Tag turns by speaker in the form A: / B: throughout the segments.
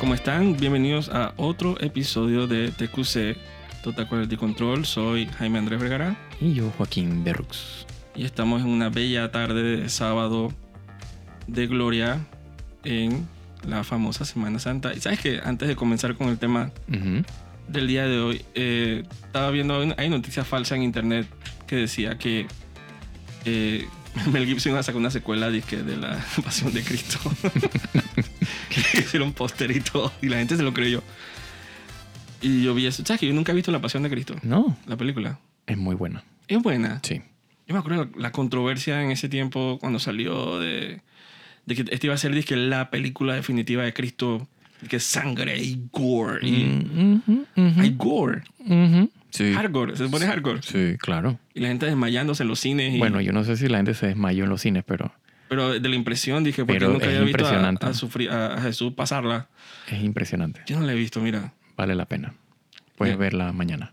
A: ¿Cómo están? Bienvenidos a otro episodio de TQC, Total Quality Control. Soy Jaime Andrés Vergara
B: Y yo, Joaquín Berrux.
A: y estamos en una bella tarde de sábado de gloria en la famosa Semana Santa. Y sabes que antes de comenzar con el tema
B: Ujú.
A: del día de hoy, eh, estaba viendo, hay noticias falsas en internet que decía que eh, Mel Gibson iba a sacar una secuela disque, de la Pasión de Cristo. que hicieron póster y todo, y la gente se lo creyó. Y yo vi eso. ¿Sabes que yo nunca he visto La Pasión de Cristo?
B: No,
A: La película.
B: es muy buena.
A: Es buena.
B: Sí.
A: Yo me acuerdo la controversia en ese tiempo cuando salió de, de que este iba a ser disque, la película definitiva de Cristo, que sangre y gore. Y,
B: Mm, ujú, ujú,
A: Hay gore.
B: ujú. Sí.
A: Hardcore, se pone hardcore.
B: Sí, claro.
A: Y la gente desmayándose en los cines. Y,
B: Bueno, yo no sé si la gente se desmayó en los cines, pero
A: pero de la impresión dije, porque
B: Pero
A: nunca
B: es
A: había visto a,
B: impresionante.
A: a sufrir- a- a Jesús pasarla.
B: es impresionante.
A: Yo no la he visto, mira.
B: Vale la pena. Puedes
A: Bien.
B: verla mañana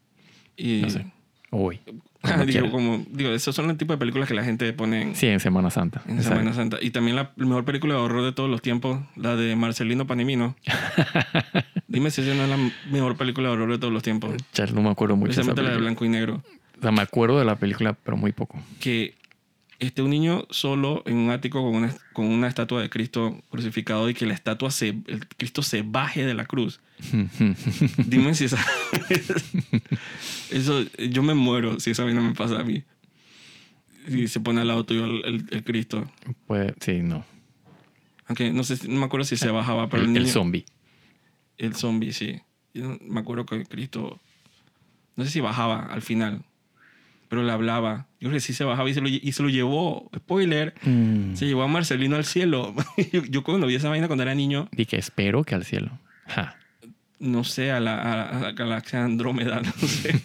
A: Y
B: No sé. o hoy.
A: Ah,
B: cuando
A: digo,
B: quieras.
A: como, digo, esos son el tipo de películas que la gente pone en,
B: Sí, en Semana Santa.
A: en
B: Exacto.
A: Semana Santa. Y también la mejor película de horror de todos los tiempos, la de Marcelino Panimino. Dime si esa no es la mejor película de horror de todos los tiempos.
B: Ya no me acuerdo mucho de esa
A: Precisamente la de
B: película.
A: blanco y negro.
B: O sea, me acuerdo de la película, pero muy poco.
A: que esté un niño solo en un ático con una, con una estatua de Cristo crucificado y que la estatua se, el Cristo se baje de la cruz. Dime si esa... Eso, yo me muero si esa vaina me pasa a mí. Y se pone al lado tuyo el, el- el Cristo.
B: Pues, sí, no.
A: Aunque no sé, si- no me acuerdo si se bajaba, pero el,
B: El, el
A: niño-
B: zombie.
A: el zombie, sí. Yo me acuerdo que Cristo, no sé si bajaba al final, pero le hablaba. Yo creo que sí se bajaba y se lo, lle- y se lo llevó. Spoiler.
B: Mm.
A: Se llevó a Marcelino al cielo. yo, yo cuando vi esa vaina cuando era niño,
B: Y que espero que al cielo. Ja.
A: no sé, a la, a la- a la galaxia Andrómeda, no sé,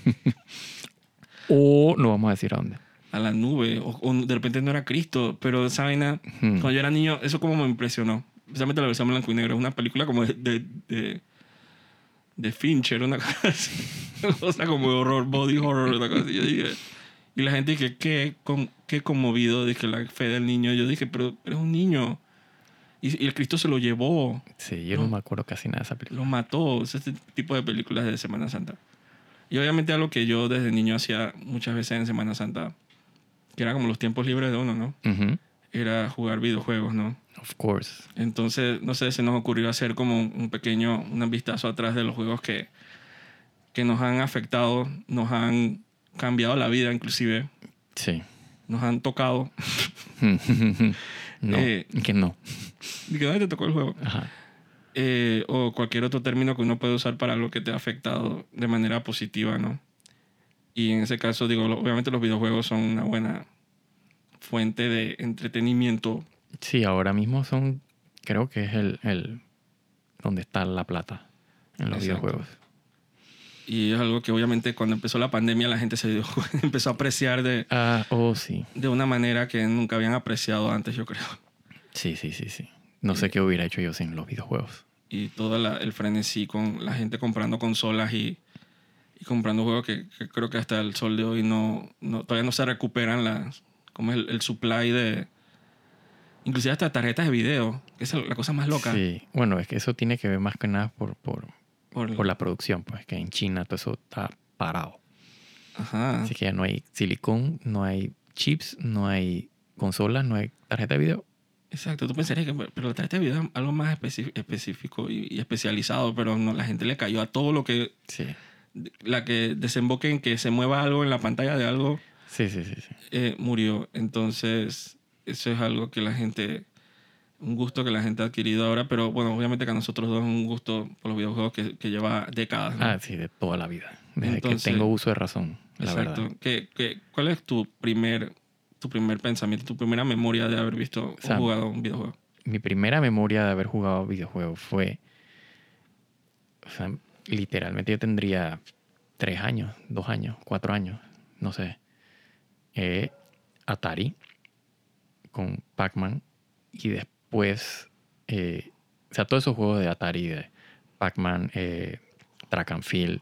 B: O no vamos a decir a dónde.
A: a la nube, o, o de repente no era Cristo, pero esa vaina,
B: Mm.
A: cuando yo era niño, eso como me impresionó. Precisamente la versión blanco y negro, es una película como de, de, de, de Fincher, una cosa así, una cosa como de horror, body horror, una cosa así. Yo dije, y la gente dije, qué, con, qué conmovido, dije, la fe del niño. Yo dije, pero eres un niño. Y, y el Cristo se lo llevó.
B: Sí, yo no.
A: No.
B: me acuerdo casi nada de esa película.
A: Los mató. ese t- tipo de películas de Semana Santa. Y obviamente algo que yo desde niño hacía muchas veces en Semana Santa, que era como los tiempos libres de uno, ¿no?
B: Ujú.
A: Era jugar videojuegos, ¿no?
B: Of course.
A: Entonces, no sé, se nos ocurrió hacer como un un pequeño, un vistazo atrás de los juegos que, que nos han afectado, nos han cambiado la vida inclusive,
B: Sí.
A: nos han tocado.
B: no.
A: Eh.
B: que no.
A: ¿De dónde te tocó el juego?
B: Ajá.
A: eh, o cualquier otro término que uno puede usar para lo que te ha afectado de manera positiva, ¿no? Y en ese caso, digo, lo- obviamente los videojuegos son una buena fuente de entretenimiento.
B: Sí, ahora mismo son. Creo que es el. el donde está la plata en los
A: Exacto.
B: videojuegos.
A: Y es algo que obviamente cuando empezó la pandemia la gente se dio- empezó a apreciar de,
B: Ah, oh, sí.
A: de una manera que nunca habían apreciado antes, yo creo.
B: Sí, sí, sí, sí. No
A: Eh.
B: sé qué hubiera hecho yo sin los videojuegos.
A: Y todo la- el frenesí con la gente comprando consolas y, y comprando juegos que, que creo que hasta el sol de hoy no, no- todavía no se recuperan las, como el, el supply de... Inclusive hasta tarjetas de video, que esa es la cosa más loca.
B: Sí. Bueno, es que eso tiene que ver más que nada por, por,
A: Por-
B: por la producción, pues que en China todo eso está parado.
A: Ajá.
B: Así que ya no hay silicón, no hay chips, no hay consolas, no hay tarjeta de video.
A: Exacto, tú pensarías que pero la tarjeta de video es algo más especi- específico y, y especializado, pero no, la gente le cayó a todo lo que,
B: Sí.
A: la que desemboque en que se mueva algo en la pantalla de algo.
B: Sí, sí, sí. sí.
A: eh, murió. Entonces, eso es algo que la gente, un gusto que la gente ha adquirido ahora, pero bueno, obviamente que a nosotros dos es un gusto por los videojuegos que, que lleva décadas. ¿no?
B: Ah, sí, de toda la vida. Desde
A: Entonces-
B: que tengo uso de razón, la verdad.
A: ¿Qué- qué- cuál es tu primer, tu primer pensamiento, tu primera memoria de haber visto o
B: Sam.
A: jugado un videojuego?
B: Mi primera memoria de haber jugado videojuegos fue. O sea, literalmente yo tendría tres años, dos años, cuatro años, no sé. Eh, Atari con Pac-Man y después. eh, o sea, todos esos juegos de Atari, de Pac-Man, eh, Track and Field,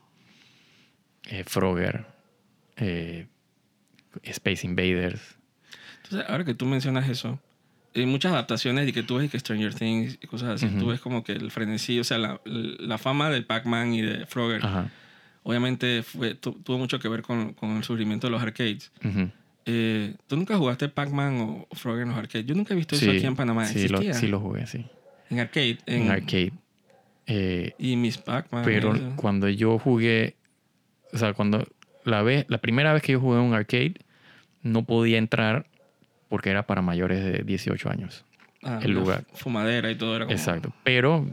B: eh, Frogger, eh, Space Invaders.
A: Entonces, ahora que tú mencionas eso, en muchas adaptaciones y que tú ves que Stranger Things y cosas así,
B: Ujú.
A: tú ves como que el frenesí, o sea, la, la fama de Pac-Man y de Frogger,
B: Ajá.
A: obviamente fue, tu- tuvo mucho que ver con, con el surgimiento de los arcades.
B: Ujú.
A: Eh, ¿Tú nunca jugaste Pac-Man o, o Frogger en los arcades? Yo nunca he visto
B: Sí,
A: eso aquí en Panamá.
B: Sí lo,
A: ¿Existía?
B: sí lo jugué, sí.
A: En arcade. En,
B: En, arcade. Eh,
A: Y Miss Pac-Man.
B: pero
A: y eso.
B: cuando yo jugué, o sea, cuando la vez, la primera vez que yo jugué en un arcade, no podía entrar porque era para mayores de 18 años.
A: Ah,
B: el
A: la
B: lugar.
A: Fumadera y todo era como...
B: Exacto. Pero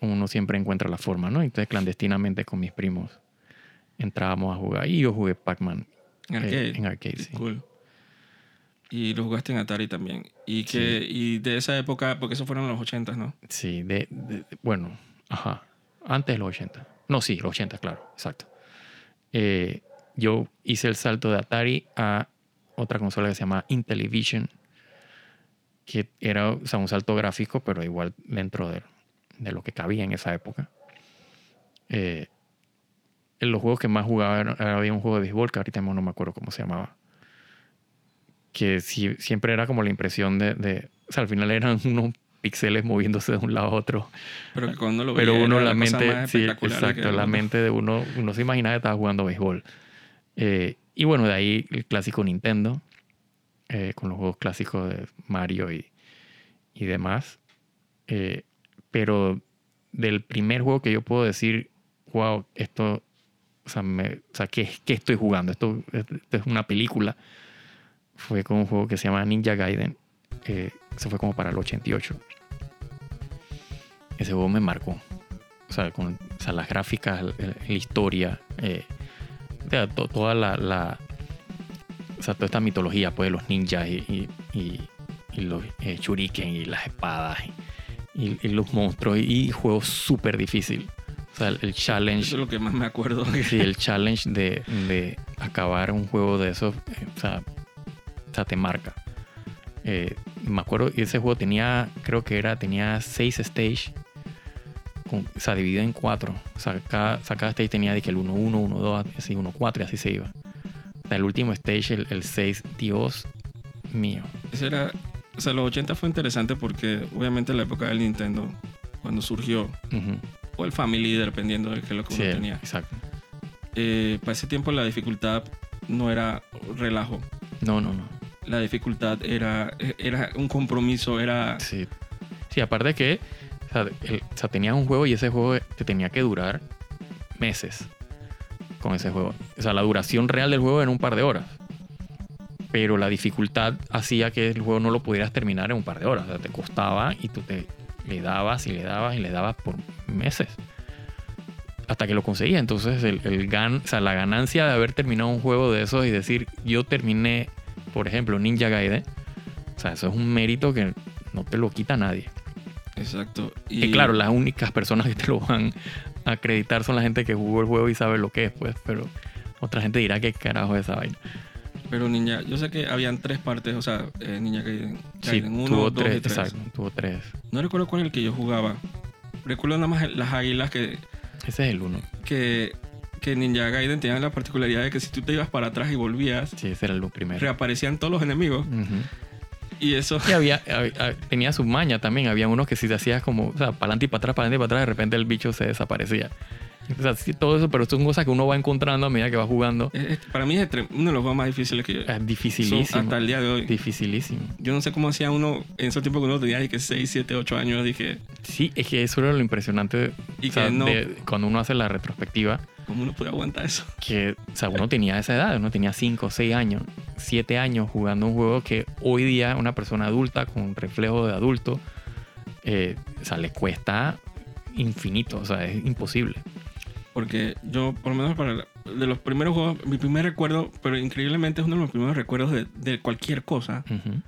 B: uno siempre encuentra la forma, ¿no? Entonces clandestinamente con mis primos entrábamos a jugar y yo jugué Pac-Man
A: En
B: eh,
A: arcade.
B: en arcade, sí.
A: Cool. Y lo jugaste en Atari también. Y que y de esa época, porque eso fueron los 80, ¿no?
B: Sí, de, de- bueno, ajá. Antes de los 80. No, sí, los 80, claro, exacto. Eh, yo hice el salto de Atari a otra consola que se llama Intellivision, que era o sea, un salto gráfico, pero igual dentro de, de lo que cabía en esa época. Eh, en los juegos que más jugaba eran- había un juego de béisbol que ahorita mismo no me acuerdo cómo se llamaba. Que sí- siempre era como la impresión de, de- O sea, al final eran unos píxeles moviéndose de un lado a otro.
A: Pero que cuando lo
B: Pero
A: veía
B: uno,
A: era
B: la
A: cosa
B: mente,
A: más
B: sí,
A: espectacular que
B: exacto,
A: era
B: la
A: como-
B: mente de uno, uno se imaginaba que estaba jugando béisbol. Eh, y bueno, de ahí el clásico Nintendo, eh, con los juegos clásicos de Mario y, y demás. Eh, pero del primer juego que yo puedo decir, wow, esto, o sea, me, o sea, ¿qué, qué estoy jugando? Esto, esto es una película. Fue con un juego que se llama Ninja Gaiden. Eh, eso fue como para el 88. Ese juego me marcó. O sea, con o sea, las gráficas, el- el- la historia, eh, o sea, to- toda la, la- o sea, toda esta mitología pues, de los ninjas y, y- y- y los eh, shuriken y las espadas y, y los monstruos y, y juego súper difícil. O sea, el, el
A: Eso
B: challenge
A: es lo que más me acuerdo.
B: Sí, el challenge de, de acabar un juego de esos, eh, o sea, o sea, te marca. Eh, me acuerdo, y ese juego tenía, creo que era, tenía seis stage, con- o sea, dividido en cuatro. O sea, cada, o sea, cada stage tenía de que el 1-1, 1-2, así, 1-4 y así se iba. Hasta el último stage, el, el 6, Dios mío.
A: Ese era, o sea, los 80 fue interesante porque obviamente la época del Nintendo, cuando surgió,
B: Ujú.
A: o el Family, dependiendo de qué es lo que
B: Sí,
A: uno tenía,
B: exacto.
A: eh, para ese tiempo la dificultad no era relajo.
B: No, no, no.
A: La dificultad era, era un compromiso, era...
B: Sí. Sí, aparte que o sea, el- o sea, tenías un juego y ese juego te tenía que durar meses con ese juego. O sea, la duración real del juego era un par de horas. Pero la dificultad hacía que el juego no lo pudieras terminar en un par de horas. O sea, te costaba y tú te le dabas y le dabas y le dabas por meses. Hasta que lo conseguías. Entonces, el, el gan, o sea, la ganancia de haber terminado un juego de esos y decir, yo terminé, por ejemplo, Ninja Gaiden. O sea, eso es un mérito que no te lo quita nadie.
A: Exacto. Y
B: Que Eh, claro, las únicas personas que te lo van a acreditar son la gente que jugó el juego y sabe lo que es, pues, pero otra gente dirá que carajo es esa vaina.
A: Pero Ninja, yo sé que habían tres partes, o sea, eh, Ninja Gaiden,
B: Sí,
A: Gaiden 1,
B: tuvo
A: 2
B: tres,
A: y 3.
B: exacto, tuvo tres.
A: No recuerdo cuál es el que yo jugaba. Recuerdo nada más el- las águilas que,
B: Ese es el uno.
A: que, que Ninja Gaiden tenía la particularidad de que si tú te ibas para atrás y volvías,
B: Sí, ese era el primero.
A: reaparecían todos los enemigos.
B: Ujú.
A: Y eso,
B: Y había, hab- hab- tenía su maña también. Había unos que si te hacías como, o sea, para adelante y para atrás, para adelante y para atrás, de repente el bicho se desaparecía. O sea, sí, todo eso, pero son cosas que uno va encontrando a medida que va jugando.
A: es- es- para mí es tre- uno de los juegos más difíciles que yo.
B: Es
A: Eh, son
B: dificilísimo.
A: Hasta el día de hoy.
B: Dificilísimo.
A: Yo no sé cómo hacía uno en esos tiempos que uno tenía, dije 6, 7, 8 años, dije,
B: Sí, es que eso era lo impresionante
A: Y
B: o sea,
A: que no-
B: de- cuando uno hace la retrospectiva,
A: ¿cómo uno puede aguantar eso?
B: que o sea, uno tenía esa edad, uno tenía 5, 6 años, 7 años jugando un juego que hoy día una persona adulta con un reflejo de adulto, eh, o sea, le cuesta infinito, o sea, es imposible.
A: Porque yo, por lo menos para la- de los primeros juegos, mi primer recuerdo, pero increíblemente es uno de los primeros recuerdos de, de cualquier cosa.
B: Ujú.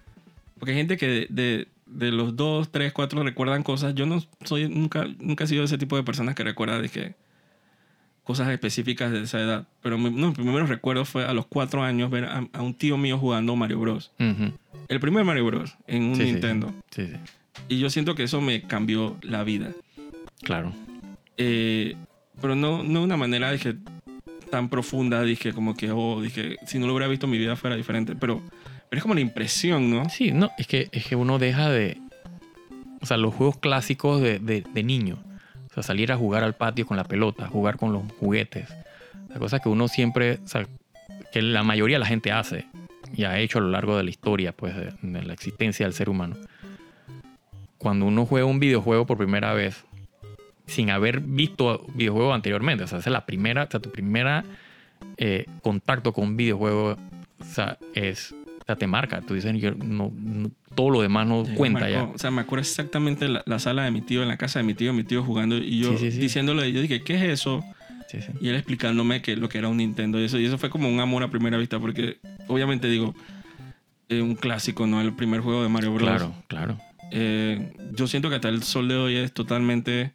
A: Porque hay gente que de, de- de los dos, tres, cuatro recuerdan cosas. Yo no soy, nunca, nunca he sido ese tipo de personas que recuerda de que cosas específicas de esa edad. Pero mi- uno de mis primeros recuerdos fue a los cuatro años ver a, a un tío mío jugando Mario Bros.
B: Ujú.
A: El primer Mario Bros. en un
B: Sí, sí,
A: Nintendo.
B: Sí, sí,
A: Y yo siento que eso me cambió la vida.
B: claro.
A: Eh, pero no, no de una manera dije, tan profunda, dije como que, oh, dije, si no lo hubiera visto mi vida fuera diferente, pero Pero es como la impresión, ¿no?
B: Sí, no, es que, es que uno deja de. O sea, los juegos clásicos de, de- de niño. O sea, salir a jugar al patio con la pelota, jugar con los juguetes. La cosa que uno siempre. O sea, que la mayoría de la gente hace y ha hecho a lo largo de la historia, pues, de, de la existencia del ser humano. Cuando uno juega un videojuego por primera vez, sin haber visto videojuegos anteriormente, o sea, esa es la primera, o sea, tu primera eh, contacto con un videojuego, o sea, es, o sea, te marca. Tú dices, yo no, no- todo lo demás no
A: Sí,
B: cuenta
A: marcó.
B: ya.
A: O sea, me acuerdo exactamente la, la sala de mi tío, en la casa de mi tío, mi tío jugando y yo
B: Sí, sí, sí.
A: diciéndole, yo dije, ¿qué es eso?
B: Sí, sí.
A: Y él explicándome que lo que era un Nintendo y eso. Y eso fue como un amor a primera vista, porque obviamente digo, eh, un clásico, ¿no? El primer juego de Mario Bros.
B: Claro, claro.
A: Eh, yo siento que hasta el sol de hoy es totalmente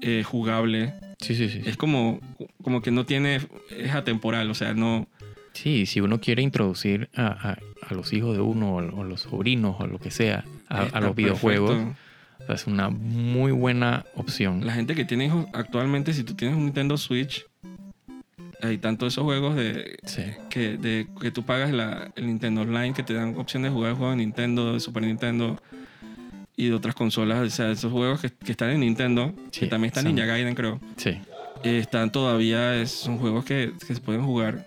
A: eh, jugable.
B: Sí, sí, sí.
A: Es como, como que no tiene, es atemporal, o sea, no...
B: Sí, si uno quiere introducir a, a- a los hijos de uno o a, los sobrinos o lo que sea a, a
A: está
B: los videojuegos,
A: perfecto.
B: o sea, es una muy buena opción.
A: La gente que tiene hijos actualmente, si tú tienes un Nintendo Switch, hay tanto esos juegos de,
B: Sí.
A: que, de, que tú pagas la, el Nintendo Online, que te dan opción de jugar juegos de Nintendo, de Super Nintendo y de otras consolas. O sea, esos juegos que, que están en Nintendo,
B: Sí,
A: que también están en
B: son-
A: Ninja Gaiden, creo.
B: Sí,
A: eh, están todavía, es- son juegos que, que se pueden jugar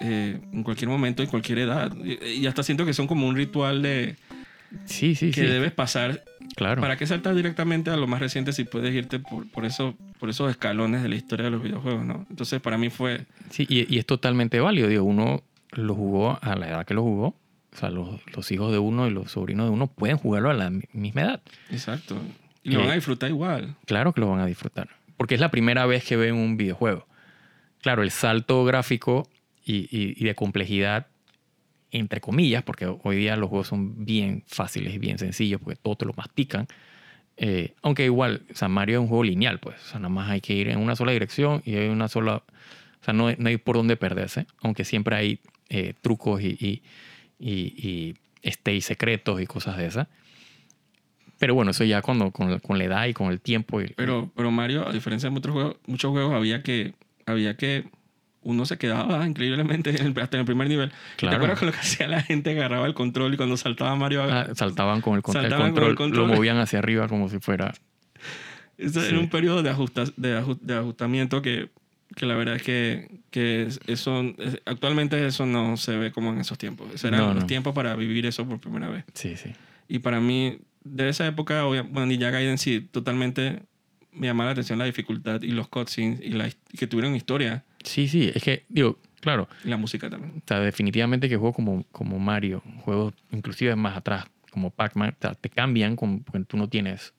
A: eh, en cualquier momento, en cualquier edad. Y, y hasta siento que son como un ritual de
B: sí, sí,
A: que
B: sí,
A: debes pasar.
B: claro.
A: ¿Para qué saltar directamente a lo más reciente si puedes irte por, por, eso, por esos escalones de la historia de los videojuegos? ¿no? Entonces, para mí fue
B: Sí, y, y es totalmente válido. Digo, uno lo jugó a la edad que lo jugó. O sea, los, los hijos de uno y los sobrinos de uno pueden jugarlo a la mi- misma edad.
A: exacto. Y lo
B: Eh,
A: van a disfrutar igual.
B: Claro que lo van a disfrutar. Porque es la primera vez que ven un videojuego. Claro, el salto gráfico y, y- y de complejidad, entre comillas, porque hoy día los juegos son bien fáciles y bien sencillos, porque todo te lo mastican. Eh, aunque igual, San Mario es un juego lineal, pues. O sea, nada más hay que ir en una sola dirección y hay una sola. O sea, no, no hay por dónde perderse. Aunque siempre hay eh, trucos y, y, y, y stays secretos y cosas de esas. Pero bueno, eso ya cuando, con, con la edad y con el tiempo. y-
A: Pero, pero Mario, a diferencia de muchos juegos, muchos juegos había que, había que uno se quedaba increíblemente en el- hasta en el primer nivel. ¿Te
B: Claro.
A: acuerdas con lo que hacía la gente? Agarraba el control y cuando saltaba Mario...
B: Ah, saltaban con el, con- el
A: Saltaban con
B: control,
A: el control.
B: lo movían hacia arriba como si fuera.
A: Eso
B: Sí.
A: Era un periodo de, ajusta, de, aju- de ajustamiento que, que la verdad es que, que es- eso, es- actualmente eso no se ve como en esos tiempos. Esos eran
B: No,
A: los
B: no.
A: tiempos para vivir eso por primera vez.
B: Sí, sí.
A: Y para mí, de esa época, obvia- bueno, Ninja Gaiden sí, totalmente me llamaba la atención la dificultad y los cutscenes y la, his- que tuvieron historia
B: Sí, sí. Es que, digo, claro,
A: y la música también.
B: o sea, definitivamente que juegos como, como Mario, juegos inclusive más atrás, como Pac-Man, o sea, te cambian con- porque tú no tienes.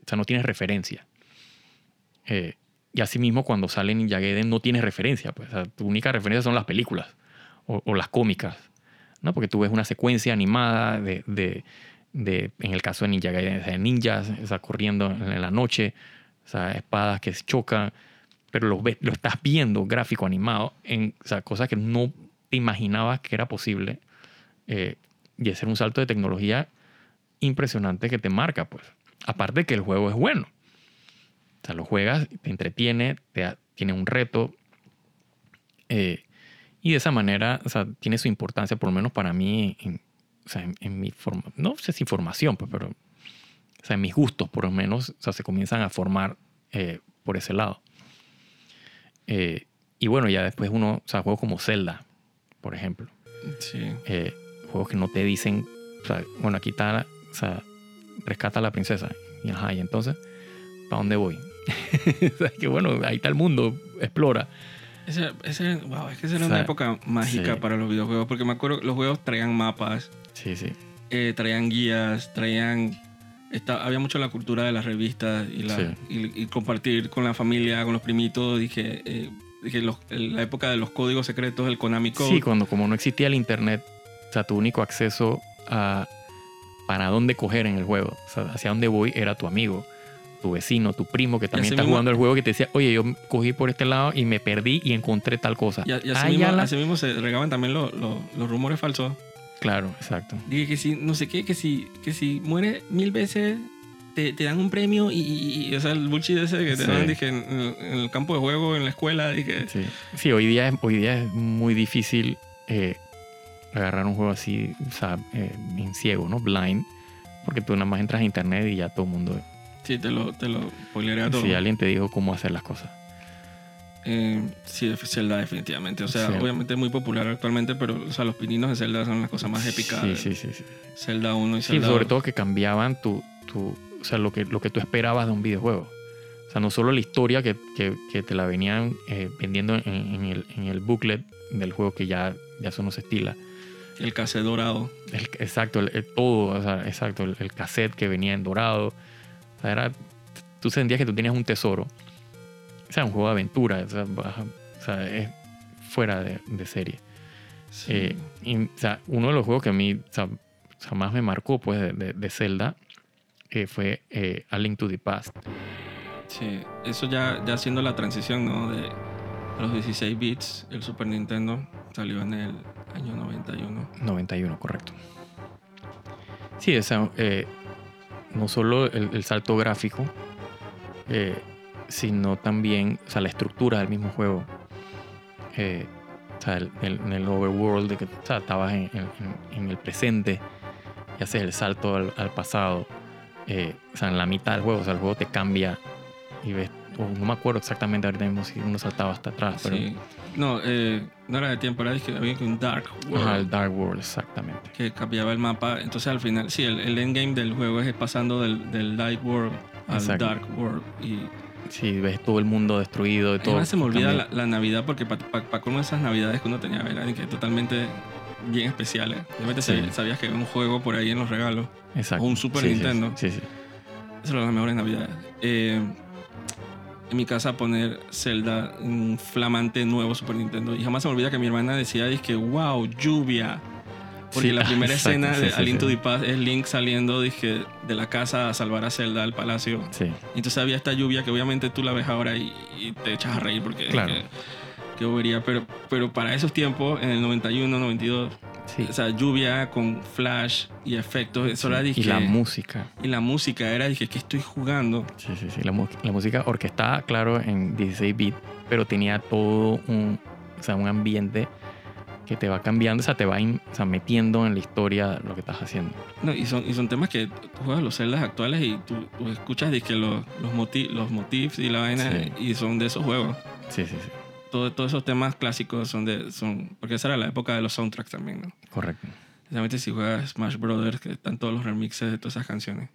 B: O sea, no tienes referencia. Eh, y asimismo, cuando sale Ninja Gaiden, no tienes referencia. Pues, o sea, tu única referencia son las películas o, o las cómicas. ¿no? Porque tú ves una secuencia animada de, de- de- en el caso de Ninja Gaiden, o sea, ninjas o sea, corriendo en la noche, o sea, espadas que se chocan, pero lo, ves- lo estás viendo gráfico animado, en, o sea, cosas que no te imaginabas que era posible. eh, y ese es un salto de tecnología impresionante que te marca, pues. Aparte que el juego es bueno. O sea, lo juegas, te entretiene, te da- tiene un reto. eh, y de esa manera, o sea, tiene su importancia, por lo menos para mí, en, o sea, en- en mi forma, no sé si formación, pues, pero, o sea, en mis gustos, por lo menos, o sea, se comienzan a formar eh, por ese lado. Eh, y bueno, ya después uno, o sea, juegos como Zelda, por ejemplo
A: Sí.
B: eh, juegos que no te dicen, o sea, bueno, aquí está, o sea, rescata a la princesa. Y ajá, y entonces, ¿para dónde voy? O sea, que bueno, ahí está el mundo, explora.
A: Ese, ese- wow, es que esa era
B: O
A: una
B: sea,
A: época mágica
B: sí.
A: para los videojuegos, porque me acuerdo que los juegos traían mapas,
B: Sí, sí,
A: eh, traían guías, traían... esta- había mucho la cultura de las revistas y, la-
B: Sí.
A: y- y compartir con la familia, con los primitos. Dije, eh, dije los- el- la época de los códigos secretos, el Konami Code.
B: Sí, cuando como no existía el internet, o sea, tu único acceso a para dónde coger en el juego, o sea, hacia dónde voy era tu amigo, tu vecino, tu primo que también
A: así
B: está
A: mismo-
B: jugando el juego que te decía, oye, yo cogí por este lado y me perdí y encontré tal cosa.
A: y, a- y así,
B: Ah,
A: mismo,
B: ya la-
A: así mismo se regaban también lo- lo- los rumores falsos.
B: Claro, exacto.
A: Dije que si, no sé qué, que si, que si mueres mil veces, te, te dan un premio y, y- y- o sea, el bullshit ese que te
B: Sí.
A: dan, dije, en, en el campo de juego, en la escuela, dije...
B: Sí, Sí, hoy, día es, hoy día es muy difícil eh, agarrar un juego así, o sea, eh, en ciego, ¿no? Blind. Porque tú nada más entras a internet y ya todo el mundo.
A: Sí, te lo, te lo spoileré a todo.
B: Si alguien te dijo cómo hacer las cosas.
A: Eh, sí, de- Zelda definitivamente. O sea,
B: Sí.
A: obviamente es muy popular actualmente, pero o sea, los pininos de Zelda son las cosas más eh. épicas.
B: Sí,
A: de
B: sí, sí. sí.
A: Zelda 1 y
B: Sí,
A: Zelda
B: sobre todo que cambiaban tu, tu, o sea, lo, que, lo que tú esperabas de un videojuego. O sea, no solo la historia que, que- que te la venían eh, vendiendo en, en el, en el booklet del juego, que ya, ya eso no se estila.
A: el cassette dorado.
B: El- exacto, el, el todo, o sea, exacto, el, el cassette que venía en dorado. O sea, era, tú sentías que tú tenías un tesoro. O sea, un juego de aventura, o sea, baja- o sea, es fuera de- de serie.
A: Sí.
B: Eh, y, o sea, uno de los juegos que a mí o sea, o sea, más me marcó pues, de, de- de Zelda eh, fue eh, A Link to the Past.
A: Sí, eso ya, ya haciendo la transición, ¿no? De a los 16 bits, el Super Nintendo salió en el año 91.
B: 91, correcto. Sí, o sea, eh, no solo el, el salto gráfico, eh, sino también o sea, la estructura del mismo juego. Eh, o sea, el- el- en el overworld, de que o sea, estabas en, en- en- en el presente y haces el salto al, al pasado. eh, o sea, en la mitad del juego, o sea, el juego te cambia y ves. o no me acuerdo exactamente ahorita mismo si uno saltaba hasta atrás, Ah, pero.
A: Sí. No, eh, no era de tiempo, era que había que un Dark World
B: Ajá, el Dark World, exactamente.
A: que cambiaba el mapa. Entonces al final, sí, el, el endgame del juego es pasando del, del Light World al
B: Exacto.
A: Dark World. Y
B: Si ves todo el mundo destruido y todo.
A: Además se me olvida
B: cambia.
A: la, la Navidad porque para colmo esas Navidades que uno tenía, ¿verdad? Y Que totalmente bien especiales. Obviamente
B: Sí.
A: sab- sabías que había un juego por ahí en los regalos.
B: Exacto.
A: o un Super
B: Sí, sí,
A: Nintendo.
B: Sí, sí.
A: Esas eran las mejores Navidades. Eh, en mi casa poner Zelda, un flamante nuevo Super Nintendo. Y jamás se me olvida que mi hermana decía, es que, wow, lluvia. Porque
B: Sí,
A: la primera
B: exacto,
A: escena
B: sí,
A: de
B: sí,
A: A Link to
B: sí.
A: the Past es Link saliendo dizque, de la casa a salvar a Zelda al palacio.
B: sí. Sí.
A: Y Entonces había esta lluvia que obviamente tú la ves ahora y, y te echas a reír porque
B: Claro.
A: que, que bobería. Pero, pero para esos tiempos, en el 91, 92,
B: Sí.
A: esa lluvia con flash y efectos, eso era
B: Y
A: disque-
B: la música.
A: y la música era, dije, que estoy jugando.
B: Sí, sí, sí. La, mu- la música orquestada, claro, en 16 bits, pero tenía todo un, o sea, un ambiente que te va cambiando, o sea, te va in- o sea, metiendo en la historia lo que estás haciendo.
A: No, y, son, y son temas que tú juegas los celdas actuales y tú, tú escuchas dizque, los, los, moti- los motifs y la vaina
B: Sí.
A: y son de esos juegos.
B: Sí, sí, sí.
A: Todo- todos esos temas clásicos son de... Son, porque esa era la época de los soundtracks también, ¿no?
B: Correcto.
A: Especialmente si juegas Smash Brothers, que están todos los remixes de todas esas canciones.